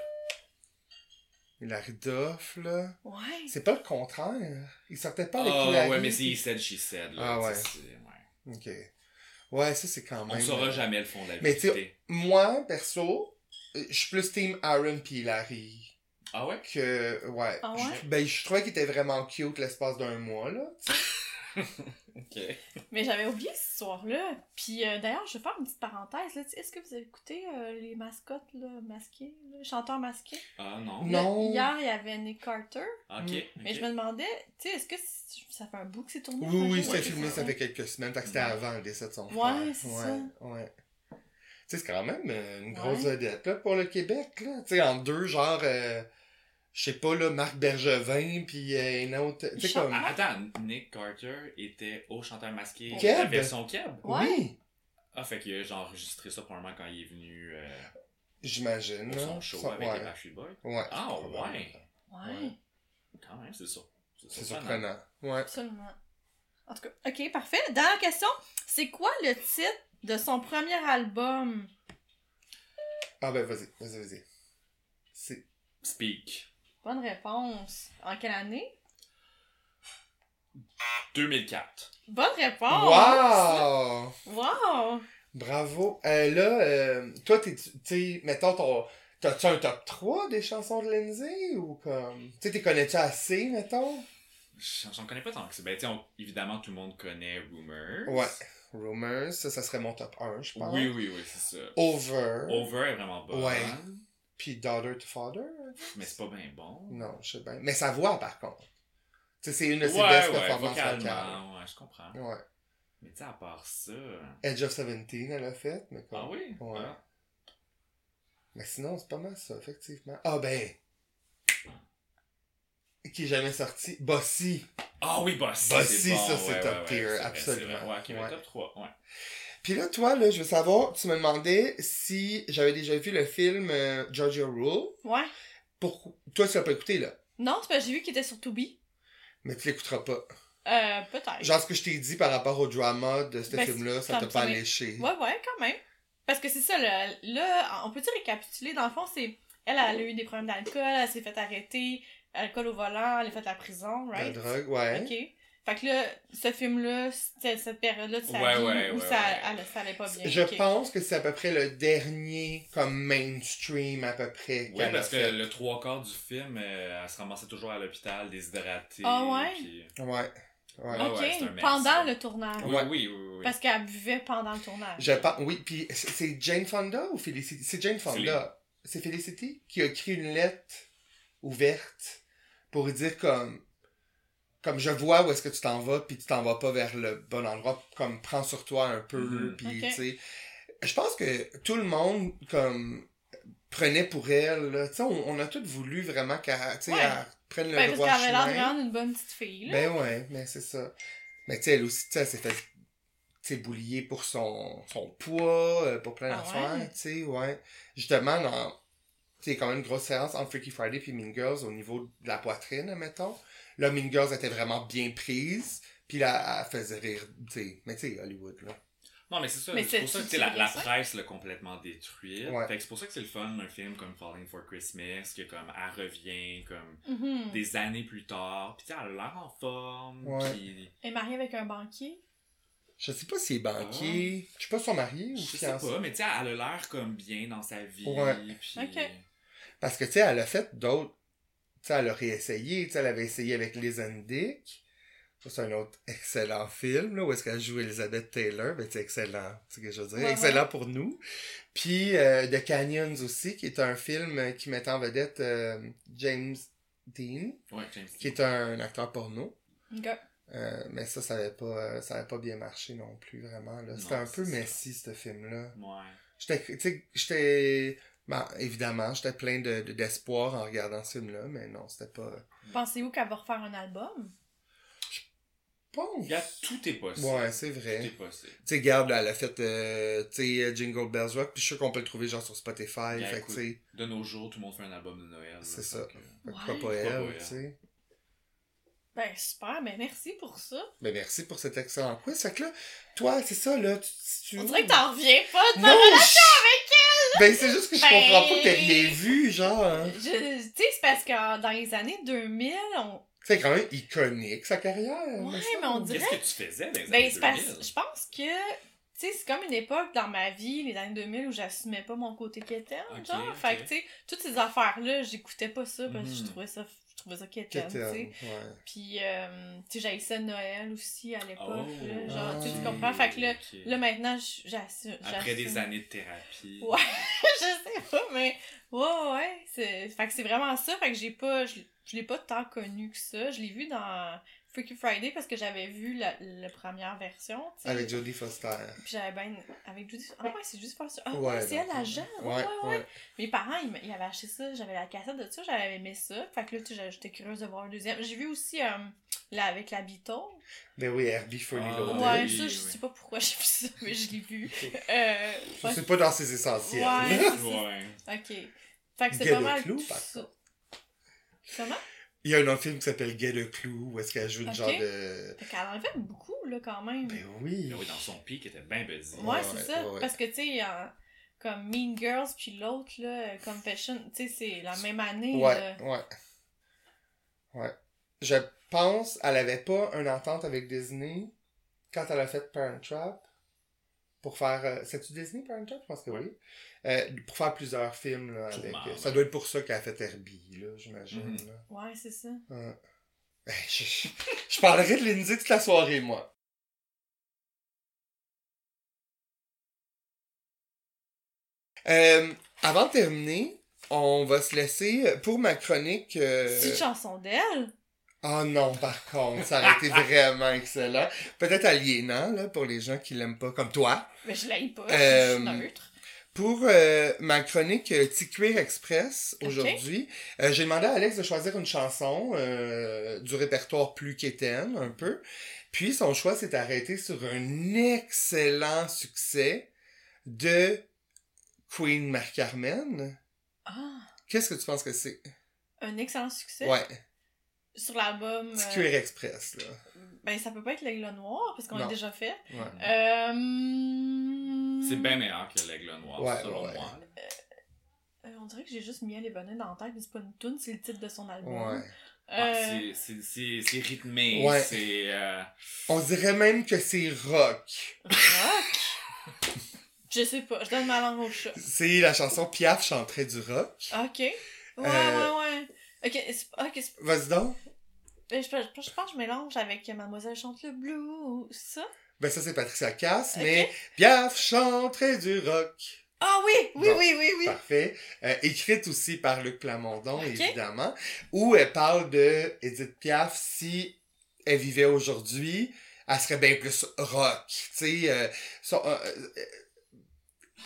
C: La Ridoff, là.
B: Ouais.
C: C'est pas le contraire. Il sortait pas avec
A: Ah,
C: Hillary.
A: ouais, mais c'est he said, she said. Là,
C: Ah,
A: tu
C: ouais.
A: sais, c'est- ouais.
C: Ok. Ouais, ça, c'est quand
A: On
C: même.
A: saura jamais le fond de la
C: Mais tu-
A: vérité.
C: Moi, perso, euh, je suis plus team Aaron puis Larry.
A: Ah ouais?
C: Que, ouais.
B: Ah ouais? Ah
C: Je- ben, je trouvais qu'il était vraiment cute l'espace d'un mois, là.
A: Ok.
B: Mais j'avais oublié cette histoire-là. Puis euh, d'ailleurs, je vais faire une petite parenthèse. Là. Tu sais, Est-ce que vous avez écouté euh, les mascottes là, masquées, là, chanteurs masqués?
A: Ah non.
B: Là,
C: Non.
B: Hier, il y avait Nick Carter.
A: Ok.
C: Mm.
A: ok.
B: Mm.
A: Ah,
B: Mais je me demandais, tu sais, est-ce que c- ça fait un bout que c'est tourné?
C: Oui, oui,
A: c'est
C: c'était
A: ouais,
C: filmé,
A: c'est
C: ça fait quelques semaines. Fait que c'était
A: Ouais.
C: avant le décès de son
B: Ouais,
C: frère.
B: c'est
C: ouais,
B: ça.
C: Ouais. Tu sais, c'est quand même euh, une grosse
B: Ouais.
C: vedette, là, pour le Québec, là. Tu sais, en deux, genre, euh, je sais pas, là, Marc Bergevin, puis euh, une autre... Tu sais,
B: Chante-
C: comme...
A: Ah, attends, Nick Carter était au chanteur masqué
C: Keb.
A: la version Keb.
B: Ouais.
C: Oui,
A: Ah, fait que j'ai enregistré ça probablement quand il est venu euh,
C: j'imagine,
A: pour
C: là.
A: son show
C: Son-
A: avec les
C: ouais.
A: Backstreet Boys.
C: ouais.
A: Ah,
C: probablement.
A: ouais.
B: Ouais,
A: Ouais. Quand même, c'est ça.
C: C'est surprenant. Ouais.
B: absolument. En tout cas, ok, parfait. Dernière question, c'est quoi le titre de son premier album?
C: Ah ben, vas-y, vas-y, vas-y. C'est...
A: Speak.
B: Bonne réponse. En quelle année?
A: 2004.
B: Bonne réponse!
A: Ah,
C: Wow!
B: Wow! Wow!
C: Bravo. Euh, là, euh, toi, t'es, tu sais, mettons, ton, t'as-tu un top 3 des chansons de Lindsay ou comme. Tu sais, t'es connais-tu assez, mettons?
A: J'en j'en connais pas tant que ça. Ben, tu sais, on- évidemment, tout le monde connaît Rumors.
C: Ouais. Rumors, ça, ça serait mon top 1, je pense.
A: Oui, Oh. oui, oui, c'est ça.
C: Over.
A: Over est vraiment bon.
C: Ouais. Puis Daughter to Father?
A: Mais c'est pas bien bon.
C: Non, je sais bien. Mais sa voix, par contre. Tu sais, c'est une de ses
A: ouais,
C: belles
A: ouais,
C: performances vocales.
A: vocalement, ouais, je comprends.
C: Ouais.
A: Mais tu sais, à part ça.
C: Edge of 17, elle a fait, mais comme.
A: Ah oui?
C: Ouais.
A: Ah.
C: Mais sinon, c'est pas mal ça, effectivement. Ah ben. Qui est jamais sorti? Bossy.
A: Ah oui, Bossy.
C: Bossy,
A: c'est bon,
C: ça, c'est
A: ouais,
C: top
A: ouais, ouais,
C: tier,
A: c'est vrai,
C: absolument.
A: c'est vrai. Ouais, ok, ben,
C: Ouais.
A: top 3. Ouais.
C: Puis là, toi, là, je veux savoir, tu me demandais si j'avais déjà vu le film euh, Georgia Rule.
B: Ouais.
C: Pour... Toi, tu l'as pas écouté, là.
B: Non, c'est parce que j'ai vu qu'il était sur Tubi.
C: Mais tu l'écouteras pas.
B: Euh, peut-être.
C: Genre, ce que je t'ai dit par rapport au drama de ce
B: Ben, ça
C: film-là, ça t'a
B: me
C: pas
B: semblait-
C: léché.
B: Ouais, ouais, quand même. Parce que c'est ça, là, là on peut-tu récapituler? Dans le fond, c'est... Elle, elle a eu des problèmes d'alcool, elle s'est fait arrêter, alcool au volant, elle est faite à la prison,
C: La
B: right?
C: drogue, ouais.
B: Ok. Fait que là, ce film-là, c'était cette période-là de sa
A: Ouais,
B: vie
A: ouais,
B: où
A: ouais,
B: ça,
A: ouais.
B: Elle, ça allait pas bien.
C: Je
B: ok.
C: pense que c'est à peu près le dernier, comme mainstream, à peu près.
A: Ouais,
C: qu'elle
A: parce
C: a
A: que
C: fait.
A: le trois quarts du film, euh, elle se ramassait toujours à l'hôpital, déshydratée.
B: Ah ouais?
A: puis-
C: Ouais. Ouais.
A: Ah
B: Ok,
A: ouais, c'est un mess,
B: pendant
A: ça.
B: le tournage.
A: Oui,
C: Ouais.
A: oui, oui. oui.
B: Parce qu'elle buvait pendant le tournage.
C: Je pense, oui, puis c'est- c'est Jane Fonda ou Felicity? C'est Jane Fonda. C'est Felicity qui a écrit une lettre ouverte pour dire comme, comme je vois où est-ce que tu t'en vas, puis tu t'en vas pas vers le bon endroit, comme prends sur toi un peu,
A: Mhm.
C: puis
B: Ok.
C: tu sais. Je pense que tout le monde, comme, prenait pour elle, là. Tu sais, on, on a tous voulu vraiment qu'elle, tu sais,
B: Ouais.
C: elle prenne le
B: Ben, parce
C: droit
B: qu'elle avait l'air
C: chemin.
B: vraiment une bonne petite fille, là.
C: Ben ouais, mais c'est ça. Mais tu sais, elle aussi, tu sais, elle s'est fait tu sais, boulier pour son, son poids, euh, pour plein
B: Ah
C: d'affaires,
B: ouais?
C: tu sais, ouais. Justement, dans, tu sais, quand même une grosse séance entre Freaky Friday puis Mean Girls au niveau de la poitrine, mettons. Là, Mean Girls était vraiment bien prise, puis là, elle faisait rire, tu sais. Mais tu sais, Hollywood, là.
A: Non, mais c'est ça.
B: Mais
A: C'est
B: c'est-
A: pour ça que
B: c'est-
A: tu sais, la,
B: c'est
A: la
B: ça?
A: presse l'a complètement détruite.
C: Ouais.
A: Fait que c'est pour ça que c'est le fun d'un film comme Falling for Christmas, que comme elle revient comme
B: Mhm.
A: des années plus tard. Puis tu sais, elle a l'air en forme.
C: Ouais.
A: puis-
B: Elle est mariée avec un banquier.
C: Je sais pas s'il est banquier. Je sais pas si son marié ou
A: Ah. Je sais
C: fiancé.
A: pas, mais tu sais, elle a l'air comme bien dans sa vie.
C: Ouais.
A: puis-
B: Ok.
C: Parce que, tu sais, elle a fait d'autres. Tu sais, elle a réessayé. Tu sais, elle avait essayé avec Liz and Dick. Ça, c'est un autre excellent film, là, où est-ce qu'elle joue Elizabeth Taylor. Ben, c'est excellent. Tu sais ce que je veux dire?
B: Ouais,
C: excellent pour nous. Puis, euh, The Canyons aussi, qui est un film euh, qui met en vedette euh, James Dean,
A: Ouais, James
C: qui est un acteur porno.
B: Ok.
C: Euh, mais ça, ça avait pas, euh, ça avait pas bien marché non plus, vraiment. là.
A: Non,
C: C'était un peu
A: c'est ça.
C: messy, ce film-là.
A: Ouais.
C: J'étais, tu sais, j'étais, ben, évidemment, j'étais plein de, de- d'espoir en regardant ce film-là, mais non, c'était pas,
B: Pensez-vous qu'elle va refaire un album?
C: pense.
A: Regarde, tout est possible.
C: Ouais, c'est
A: Tout
C: vrai.
A: est possible.
C: Tu sais, regarde, elle a fait, euh, tu sais, Jingle Bells Rock, puis je suis sûr qu'on peut le trouver genre sur Spotify.
A: Bien,
C: fait que, tu
A: écoute,
C: sais,
A: De nos jours, tout le monde fait un album de Noël. là,
C: C'est ça.
A: fait que-
C: fait que
B: Ouais.
C: pourquoi pas
A: Pourquoi
C: elle,
A: pas elle?
C: tu sais.
B: Ben super, ben merci pour ça.
C: Ben, merci pour cet excellent quiz. Fait que là, toi, c'est ça, là, tu, si tu
B: On
C: veux-
B: dirait que t'en reviens pas de
C: Non, je- Ben, c'est juste que je
B: Ben-
C: comprends pas que t'aies rien vu, genre. hein.
B: Je, tu sais, c'est parce que euh, dans les années 2000, on...
C: C'est quand même iconique, sa carrière. me
B: Ouais,
C: semble.
B: mais on dirait...
A: Qu'est-ce que tu faisais dans les
B: Ben,
A: années
B: c'est parce-
A: 2000?
B: je pense que, tu sais, c'est comme une époque dans ma vie, les années 2000, où j'assumais pas mon côté quétaine,
A: Ok,
B: genre.
A: ok.
B: Fait que, tu sais, toutes ces affaires-là, j'écoutais pas ça parce que je
A: Mhm.
B: trouvais ça, je trouvais ça
C: Qu'était-
B: quétaine, tu sais.
C: ouais.
B: Puis, euh, tu sais, j'avais ça Noël aussi à l'époque, là,
A: Oh.
B: genre, tu sais, tu
C: Ah.
B: comprends. Fait que là,
A: Ok.
B: là maintenant, j- j'assume.
A: Après des
B: j'assume.
A: années de thérapie.
B: Ouais. je sais pas, mais ouais, ouais. C'est... Fait que c'est vraiment ça. Fait que j'ai pas. Je, je l'ai pas tant connu que ça. Je l'ai vu dans Freaky Friday parce que j'avais vu la, la première version. tu sais.
C: Avec Jodie Foster.
B: Puis j'avais bien. Avec Judy. Ah ouais, c'est juste Foster. Ah ouais,
C: Ouais,
B: c'est
C: donc,
B: elle la jeune. Ouais, ouais, ouais.
C: ouais.
B: Mes parents, ils, m- ils avaient acheté ça. J'avais la cassette de ça. J'avais aimé ça. Fait que là, tu sais, j'étais curieuse de voir le deuxième. J'ai vu aussi euh, la, avec la Beatles.
C: Ben oui, Herbie Folly
A: Ah,
C: Loaded.
B: Ouais,
A: oui,
B: ça, je
A: oui.
B: sais pas pourquoi j'ai vu ça, mais je l'ai vu. Euh, ouais,
C: C'est pas dans ses essentiels.
B: Ouais, c'est ça.
A: Ouais.
B: Ok. Fait que c'est
C: Get
B: pas
C: a
B: mal.
C: Clue,
B: tout
C: par
B: ça.
C: contre.
B: Comment?
C: Il y a un autre film qui s'appelle Get a Clue, où est-ce qu'elle joue une
B: Ok.
C: genre de...
B: Fait qu'elle en fait beaucoup, là, quand même.
C: Ben oui.
A: Mais oui, dans son pic, elle était bien busy.
B: ouais,
C: ouais,
B: c'est
C: ouais,
B: ça.
C: ouais.
B: Parce que, tu sais, en- comme Mean Girls, puis l'autre, là, Confession, tu sais, c'est la même année.
C: Ouais,
B: là.
C: ouais. Ouais. Je pense qu'elle avait pas une entente avec Disney quand elle a fait Parent Trap pour faire. euh, C'est-tu Disney Parent Trap Je pense que oui. Euh, pour faire plusieurs films. Là, avec,
A: Sûrement,
C: euh, ça
A: ouais.
C: doit être pour ça qu'elle a fait Herbie, là, j'imagine.
A: Mhm.
C: là.
B: Ouais, c'est ça.
C: Ouais. Hey, je, Ben, je- je parlerai de Lindsay toute la soirée, moi. Euh, avant de terminer, on va se laisser pour ma chronique. euh,
B: C'est une chanson d'elle.
C: Oh non, par contre, ça aurait été vraiment excellent. Peut-être aliénant, là, pour les gens qui l'aiment pas, comme toi.
B: Mais je l'aime pas.
C: Euh,
B: Je suis neutre.
C: Pour euh, ma chronique euh, Petit Cuir Express, aujourd'hui, euh, j'ai demandé à Alex de choisir une chanson euh, du répertoire plus quétaine, un peu. Puis son choix s'est arrêté sur un excellent succès de Queen Marie-Carmen.
B: Ah,
C: Qu'est-ce que tu penses que c'est?
B: un excellent succès.
C: Ouais,
B: Sur l'album.
C: Petit
B: euh,
C: Cuir Express, là.
B: ben, ça peut pas être l'aigle noir, parce qu'on l'a
C: Non.
B: déjà fait.
C: Ouais.
B: Euh...
A: C'est bien meilleur que l'aigle noir,
C: Ouais,
A: selon
C: ouais.
A: moi.
B: euh, on dirait que j'ai juste mis les bonnets dans la tête, mais c'est pas une tune, c'est le titre de son album.
C: Ouais.
A: Ah,
B: Euh,
A: c'est- c'est- C'est c'est rythmé,
C: Ouais.
A: c'est... euh,
C: On dirait même que c'est rock.
B: Rock? je sais pas, je donne ma langue au chat.
C: C'est la chanson Piaf chanterait du rock.
B: Ok. Ouais,
C: Euh,
B: ouais, ouais. Ok, c'est- ok, c'est-
C: Vas-y donc.
B: ben, je, pense- je pense que je mélange avec Mademoiselle chante le blue, ça.
C: Ben ça c'est Patricia Cass,
B: Ok.
C: mais Piaf chanterait du rock.
B: Ah oui, oui,
C: Bon.
B: oui, oui, oui.
C: Parfait. Euh, écrite aussi par Luc Plamondon,
B: Ok.
C: évidemment, où elle parle de Edith Piaf si elle vivait aujourd'hui, elle serait bien plus rock. Tu sais, euh, son- euh, euh,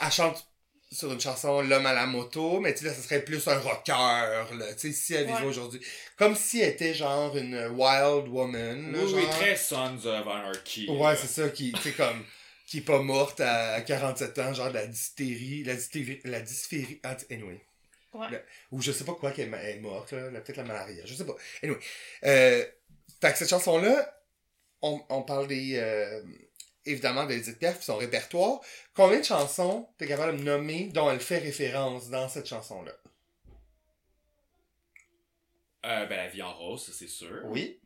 C: elle chante sur une chanson L'homme à la moto, mais tu sais, là, ça serait plus un rocker, là, tu sais, si elle vivait
B: Ouais.
C: aujourd'hui. Comme si elle était genre une wild woman. là,
A: Oui, oui,
C: genre.
A: très Sons of Anarchy.
C: Ouais, c'est ça, qui, tu sais, comme, qui est pas morte à 47 ans, genre de la dystérie, la dystérie, la dysphérie, ah, t- anyway.
B: Ouais.
C: Le- Ou je sais pas quoi qu'elle est ma- elle est morte, là, la- peut-être la malaria, je sais pas. Anyway. Euh, fait que cette chanson-là, on, on parle des, euh, évidemment, d'Edith Piaf et son répertoire. Combien de chansons t'es capable de me nommer dont elle fait référence dans cette chanson-là?
A: Euh, ben, La vie en rose, ça, c'est sûr.
C: Oui.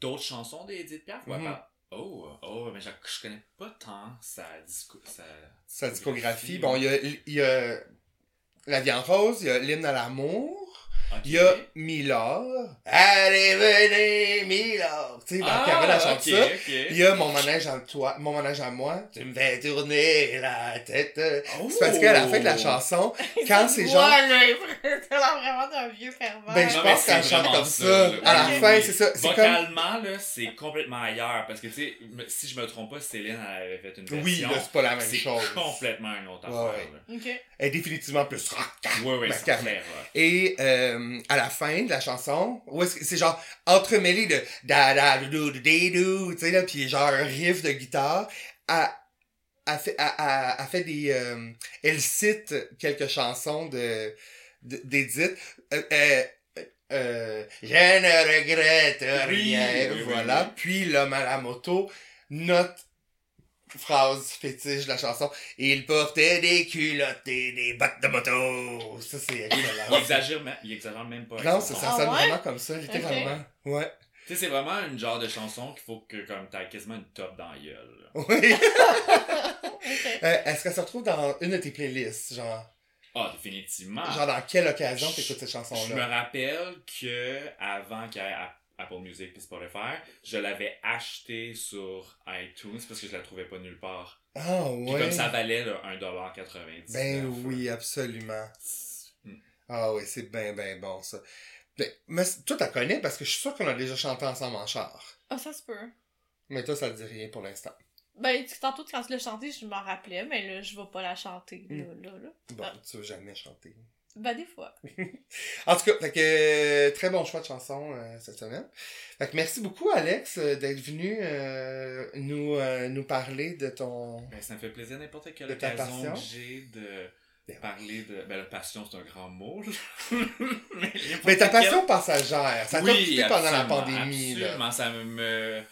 A: D'autres chansons d'Edith Piaf? Ouais,
C: Mhm.
A: par- Oh, oh, mais je, je connais pas tant sa disco... Sa,
C: Sa discographie, bon, il y a, il y a La vie en rose, il y a L'hymne à l'amour.
A: Ok.
C: Il y a Milord. Allez, venez, Milord. Tu sais,
A: Ah,
C: Marc Cabrel a
A: ok,
C: chanté ça. Il
A: ok.
C: y a Mon manège à toi, mon manège à moi. Tu me fais tourner la tête.
A: Oh!
C: C'est parce qu'à la fin de la chanson, quand c'est genre.
B: Ouais, là, t'as l'air vraiment d'un vieux pervers.
C: Ben, je
A: Non, mais
C: pense
A: c'est
C: qu'elle chante
A: vraiment
C: comme
A: ça,
C: ça.
A: là.
C: À la
B: Oui,
C: fin,
A: oui.
C: c'est ça. C'est comme.
A: Vocalement, là, c'est complètement ailleurs. Parce que, tu sais, me- si je me trompe pas, Céline, elle avait fait une version.
C: Oui, là, c'est pas la même
A: c'est
C: chose.
A: complètement une autre
C: Ouais,
A: affaire.
C: ouais.
A: là.
B: Ok.
C: Elle est définitivement plus rock.
A: Ouais, ouais,
C: Ben,
A: c'est
C: carrément.
A: clair. ouais.
C: Et euh, euh, à la fin de la chanson, où est-ce que c'est genre entremêlé de da da dou dou dou dou, tu sais là, puis genre un riff de guitare, a a fait a, a, a fait des euh, elle cite quelques chansons de de- d'Edith. Euh, euh, euh, je ne regrette rien.
A: Oui, oui,
C: voilà.
A: oui.
C: Puis l'homme à la moto note phrase fétiche de la chanson. Il portait des culottes et des bottes de moto. Ça, c'est
A: Il
C: excellent.
A: exagère, ma- il exagère même pas. avec
C: Non,
A: son
C: ça,
A: ton.
C: ça
B: Ah
C: sonne
B: ouais?
C: vraiment comme ça, littéralement. Ouais.
A: Tu sais, c'est vraiment une genre de chanson qu'il faut que, comme, t'as quasiment une top dans la gueule. là.
C: Oui.
B: Ok.
C: Euh, Est-ce que ça se retrouve dans une de tes playlists? Genre,
A: Ah, définitivement.
C: genre dans quelle occasion t'écoutes cette
A: Je me
C: chanson-là?
A: rappelle que avant qu'il y ait App- Apple Music et Spotify, je l'avais acheté sur iTunes parce que je la trouvais pas nulle part.
C: Ah,
A: Puis
C: ouais.
A: comme ça valait le 1,99$.
C: Ben oui, absolument.
A: Mm.
C: Ah oui, c'est bien, bien bon, ça. Ben, mais c- toi, t'as connais parce que je suis sûr qu'on a déjà chanté ensemble en char.
B: Ah, ça se peut.
C: Mais toi, ça te dit rien pour l'instant.
B: Ben, tu- tantôt, quand tu l'as chanté, je m'en rappelais, mais là, je vais pas la chanter. Là,
C: Hmm.
B: là, là.
C: Bon,
B: Ah.
C: tu veux jamais chanter.
B: Ben, des fois.
C: En tout cas, fait que, euh, très bon choix de chanson euh, cette semaine. Fait que merci beaucoup, Alex, euh, d'être venu euh, nous, euh, nous parler de ton...
A: Ben, ça me fait plaisir n'importe quelle
C: De ta
A: occasion
C: passion.
A: que j'ai de
C: Ben oui.
A: parler de. Ben, la passion, c'est un grand mot. là. Mais,
C: Mais
A: n'importe
C: ta
A: quelle-
C: passion passagère, ça t'a occupé pendant la
A: absolument,
C: pandémie. là.
A: Absolument, ça me.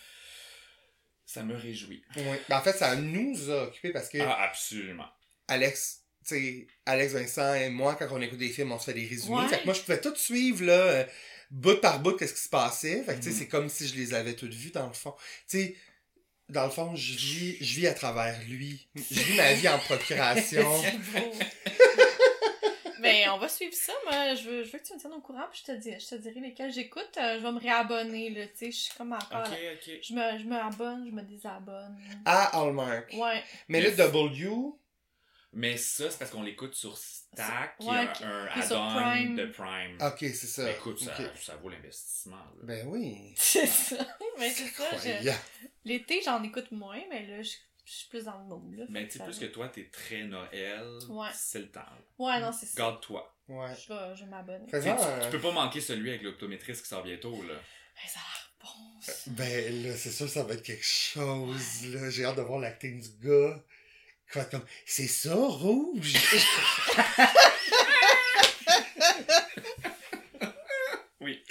A: Ça me réjouit.
C: Oui. Ben, en fait, ça nous a occupé parce que
A: Ah, absolument.
C: Alex, tu sais, Alex Vincent et moi, quand on écoute des films, on se fait des résumés.
B: Ouais.
C: Fait que moi, je pouvais tout suivre, là, euh, bout par bout, qu'est-ce qui se passait. Fait que, tu sais,
A: Mhm.
C: c'est comme si je les avais toutes vues, dans le fond. Tu sais, dans le fond, je vis, je vis à travers lui. Je vis ma vie en procuration.
B: C'est beau. Mais on va suivre ça, moi. Je veux, je veux que tu me tiennes au courant, puis je te, dis, je te dirai lesquels j'écoute. Euh, je vais me réabonner, là, tu sais. Je suis comme encore...
A: Ok, ok.
B: Je me, je me abonne, je me désabonne.
C: À Hallmark.
B: Ouais.
C: Mais le
A: Yes.
C: W,
A: Mais ça, c'est parce qu'on l'écoute sur Stack, il y
B: Ouais,
A: a
B: qui-
A: un
B: qui est sur
A: add-on
B: Prime.
A: de Prime.
C: ok, Ah, c'est ça.
A: Ben, écoute, ça,
C: Ok.
A: ça vaut l'investissement. là.
C: Ben oui.
B: C'est ça. Mais c'est ça. je-
C: Incroyable.
B: L'été, j'en écoute moins, mais là, je, je suis plus dans le mood, là.
A: Mais tu
B: c'est
A: sais, plus que toi, t'es très Noël,
B: Ouais.
A: c'est le temps. là.
B: Ouais, non, c'est ça.
A: Garde-toi.
C: Ouais.
B: Je vais, je vais m'abonner.
A: Tu sais,
C: Faisons
A: tu,
C: un-
A: tu peux pas manquer celui avec l'optométriste qui sort bientôt, là.
B: Ben, ça a l'air bon, ça.
C: Ben là, c'est sûr que ça va être quelque chose, là. J'ai hâte de voir l'acting du gars. Quoi, comme, c'est ça, rouge?
A: Oui.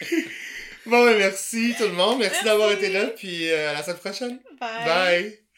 C: Bon, ben, merci tout le monde. Merci,
B: Merci.
C: d'avoir été là, puis euh, à la semaine prochaine. Bye.